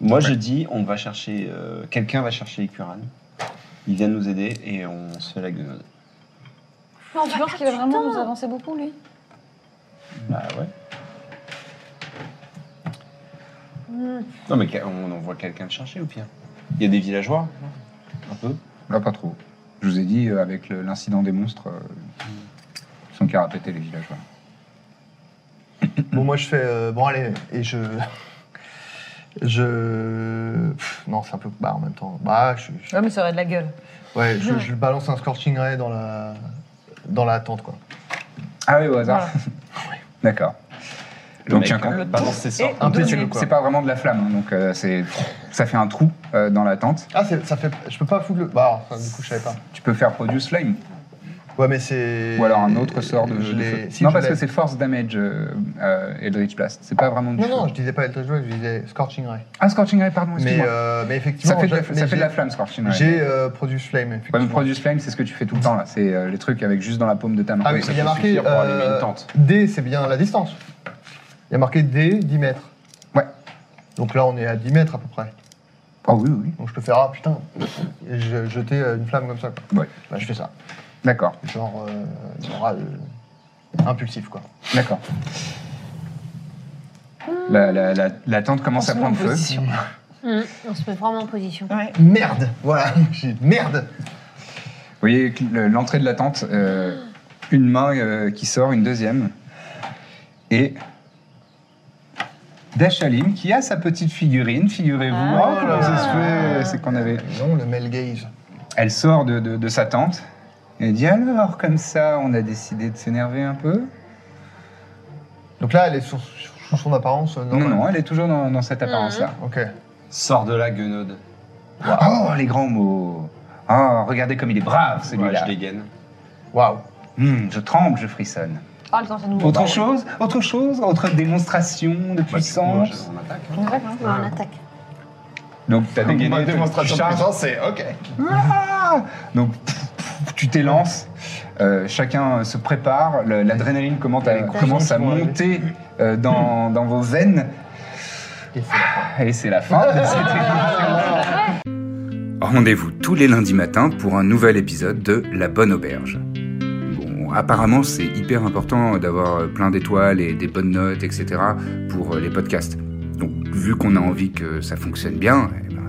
[SPEAKER 3] Moi, je dis, on va chercher. euh, Quelqu'un va chercher Ekurane. Il vient nous aider et on se fait la guenaude.
[SPEAKER 7] Non,
[SPEAKER 5] Tu penses qu'il va vraiment nous avancer beaucoup, lui
[SPEAKER 3] Bah ouais. Non, mais que- on envoie quelqu'un le chercher au pire. Il y a des villageois Un peu
[SPEAKER 1] Là, pas trop. Je vous ai dit, euh, avec le- l'incident des monstres, euh, ils sont qu'à répéter les villageois.
[SPEAKER 2] Bon, moi, je fais. euh, bon, allez, et je. Je. Pff, non, c'est un peu. Bah, en même temps. Bah, je. je-
[SPEAKER 1] Ah.
[SPEAKER 5] Ouais, mais ça aurait de la gueule.
[SPEAKER 2] ouais, je, je balance un Scorching Ray dans la. Dans la tente, quoi.
[SPEAKER 1] Ah oui, au hasard. (laughs) D'accord. Donc, tiens, quand
[SPEAKER 3] euh, balance ses sorts.
[SPEAKER 5] Et-
[SPEAKER 2] hein. Un peu,
[SPEAKER 5] Donner.
[SPEAKER 2] c'est le
[SPEAKER 1] C'est
[SPEAKER 2] quoi.
[SPEAKER 1] pas vraiment de la flamme, hein, donc euh, c'est ça fait un trou euh, dans la tente.
[SPEAKER 2] Ah, c'est- ça fait. Je peux pas foutre le. Bah, enfin, du coup, je savais pas.
[SPEAKER 1] Tu peux faire produce flame
[SPEAKER 2] Ouais, mais c'est.
[SPEAKER 1] ou alors un autre sort de,
[SPEAKER 2] Je
[SPEAKER 1] de
[SPEAKER 2] l'ai-
[SPEAKER 1] feu.
[SPEAKER 2] si,
[SPEAKER 1] non
[SPEAKER 2] je
[SPEAKER 1] parce que
[SPEAKER 2] l'ai.
[SPEAKER 1] c'est force damage euh, euh, Eldritch Blast. C'est pas vraiment du
[SPEAKER 2] Non,
[SPEAKER 1] feu.
[SPEAKER 2] non, je disais pas Eldritch Blast, je disais Scorching Ray.
[SPEAKER 1] Ah Scorching Ray, pardon,
[SPEAKER 2] Mais,
[SPEAKER 1] excuse-moi.
[SPEAKER 2] euh, mais effectivement.
[SPEAKER 1] ça fait de la,
[SPEAKER 2] j'ai-
[SPEAKER 1] ça
[SPEAKER 2] mais
[SPEAKER 1] fait de la
[SPEAKER 2] j'ai-
[SPEAKER 1] flamme Scorching Ray.
[SPEAKER 2] J'ai euh, Produce Flame,
[SPEAKER 1] Ouais, mais
[SPEAKER 2] effectivement.
[SPEAKER 1] produce flame, c'est ce que tu fais tout le temps là. C'est euh, les trucs avec juste dans la paume de ta main.
[SPEAKER 2] Ah oui,
[SPEAKER 1] Ça
[SPEAKER 2] il y
[SPEAKER 1] peut
[SPEAKER 2] a marqué
[SPEAKER 1] suffire pour allumer une
[SPEAKER 2] euh,
[SPEAKER 1] tente.
[SPEAKER 2] D, c'est bien la distance. Il y a marqué D, 10 mètres.
[SPEAKER 1] Ouais.
[SPEAKER 2] Donc là, on est à 10 mètres à peu près.
[SPEAKER 1] Ah oui, oui.
[SPEAKER 2] Donc je peux faire, ah putain, et je, jeter euh, une flamme comme ça. quoi.
[SPEAKER 1] oui. Ouais.
[SPEAKER 2] Bah, je fais ça.
[SPEAKER 1] D'accord.
[SPEAKER 2] Genre, euh, genre, euh, impulsif, quoi.
[SPEAKER 1] D'accord. La, la- la- la tente commence à prendre feu.
[SPEAKER 7] Hum, on se met vraiment en position.
[SPEAKER 5] Ouais.
[SPEAKER 2] Merde Voilà, (laughs) j'ai dit, merde
[SPEAKER 1] Vous voyez que le- l'entrée de la tente, euh, une main euh, qui sort, une deuxième. Et. Dashalim qui a sa petite figurine, figurez-vous.
[SPEAKER 5] Ah.
[SPEAKER 1] Oh, comment ça se fait C'est qu'on avait.
[SPEAKER 2] Non, le male gaze.
[SPEAKER 1] Elle sort de, de- de sa tente et dit alors, comme ça, on a décidé de s'énerver un peu
[SPEAKER 2] Donc là, elle est sous, sous son apparence euh,
[SPEAKER 1] Non, non,
[SPEAKER 2] normale.
[SPEAKER 1] elle est toujours dans, dans cette apparence-là.
[SPEAKER 2] Ok.
[SPEAKER 3] Sors de là, Guenode. Mhm.
[SPEAKER 1] Oh, les grands mots Oh, regardez comme il est brave
[SPEAKER 3] Ouais,
[SPEAKER 1] celui-là
[SPEAKER 3] je dégaine.
[SPEAKER 2] Waouh.
[SPEAKER 1] Hmm, Je tremble, je frissonne. Bah
[SPEAKER 5] Ah, le temps, ça nous
[SPEAKER 1] Autre chose Autre chose Autre démonstration de puissance
[SPEAKER 3] On attaque.
[SPEAKER 5] On attaque, hein.
[SPEAKER 7] Ouais, on attaque.
[SPEAKER 1] Donc t'as dégainé,
[SPEAKER 2] Ma
[SPEAKER 1] tu- tu
[SPEAKER 2] démonstration de
[SPEAKER 1] charges.
[SPEAKER 2] puissance, c'est ok.
[SPEAKER 1] Ah Donc (laughs) tu t'élances, euh, chacun se prépare, le- l'adrénaline commence à, commence à monter euh, dans, dans vos veines. Et c'est la fin. de cette émission. Rendez-vous tous les lundis matins pour un nouvel épisode de La Bonne Auberge. Bon, apparemment, c'est hyper important d'avoir euh, plein d'étoiles et des bonnes notes, etc. pour euh, les podcasts. Donc, vu qu'on a envie que ça fonctionne bien, eh ben,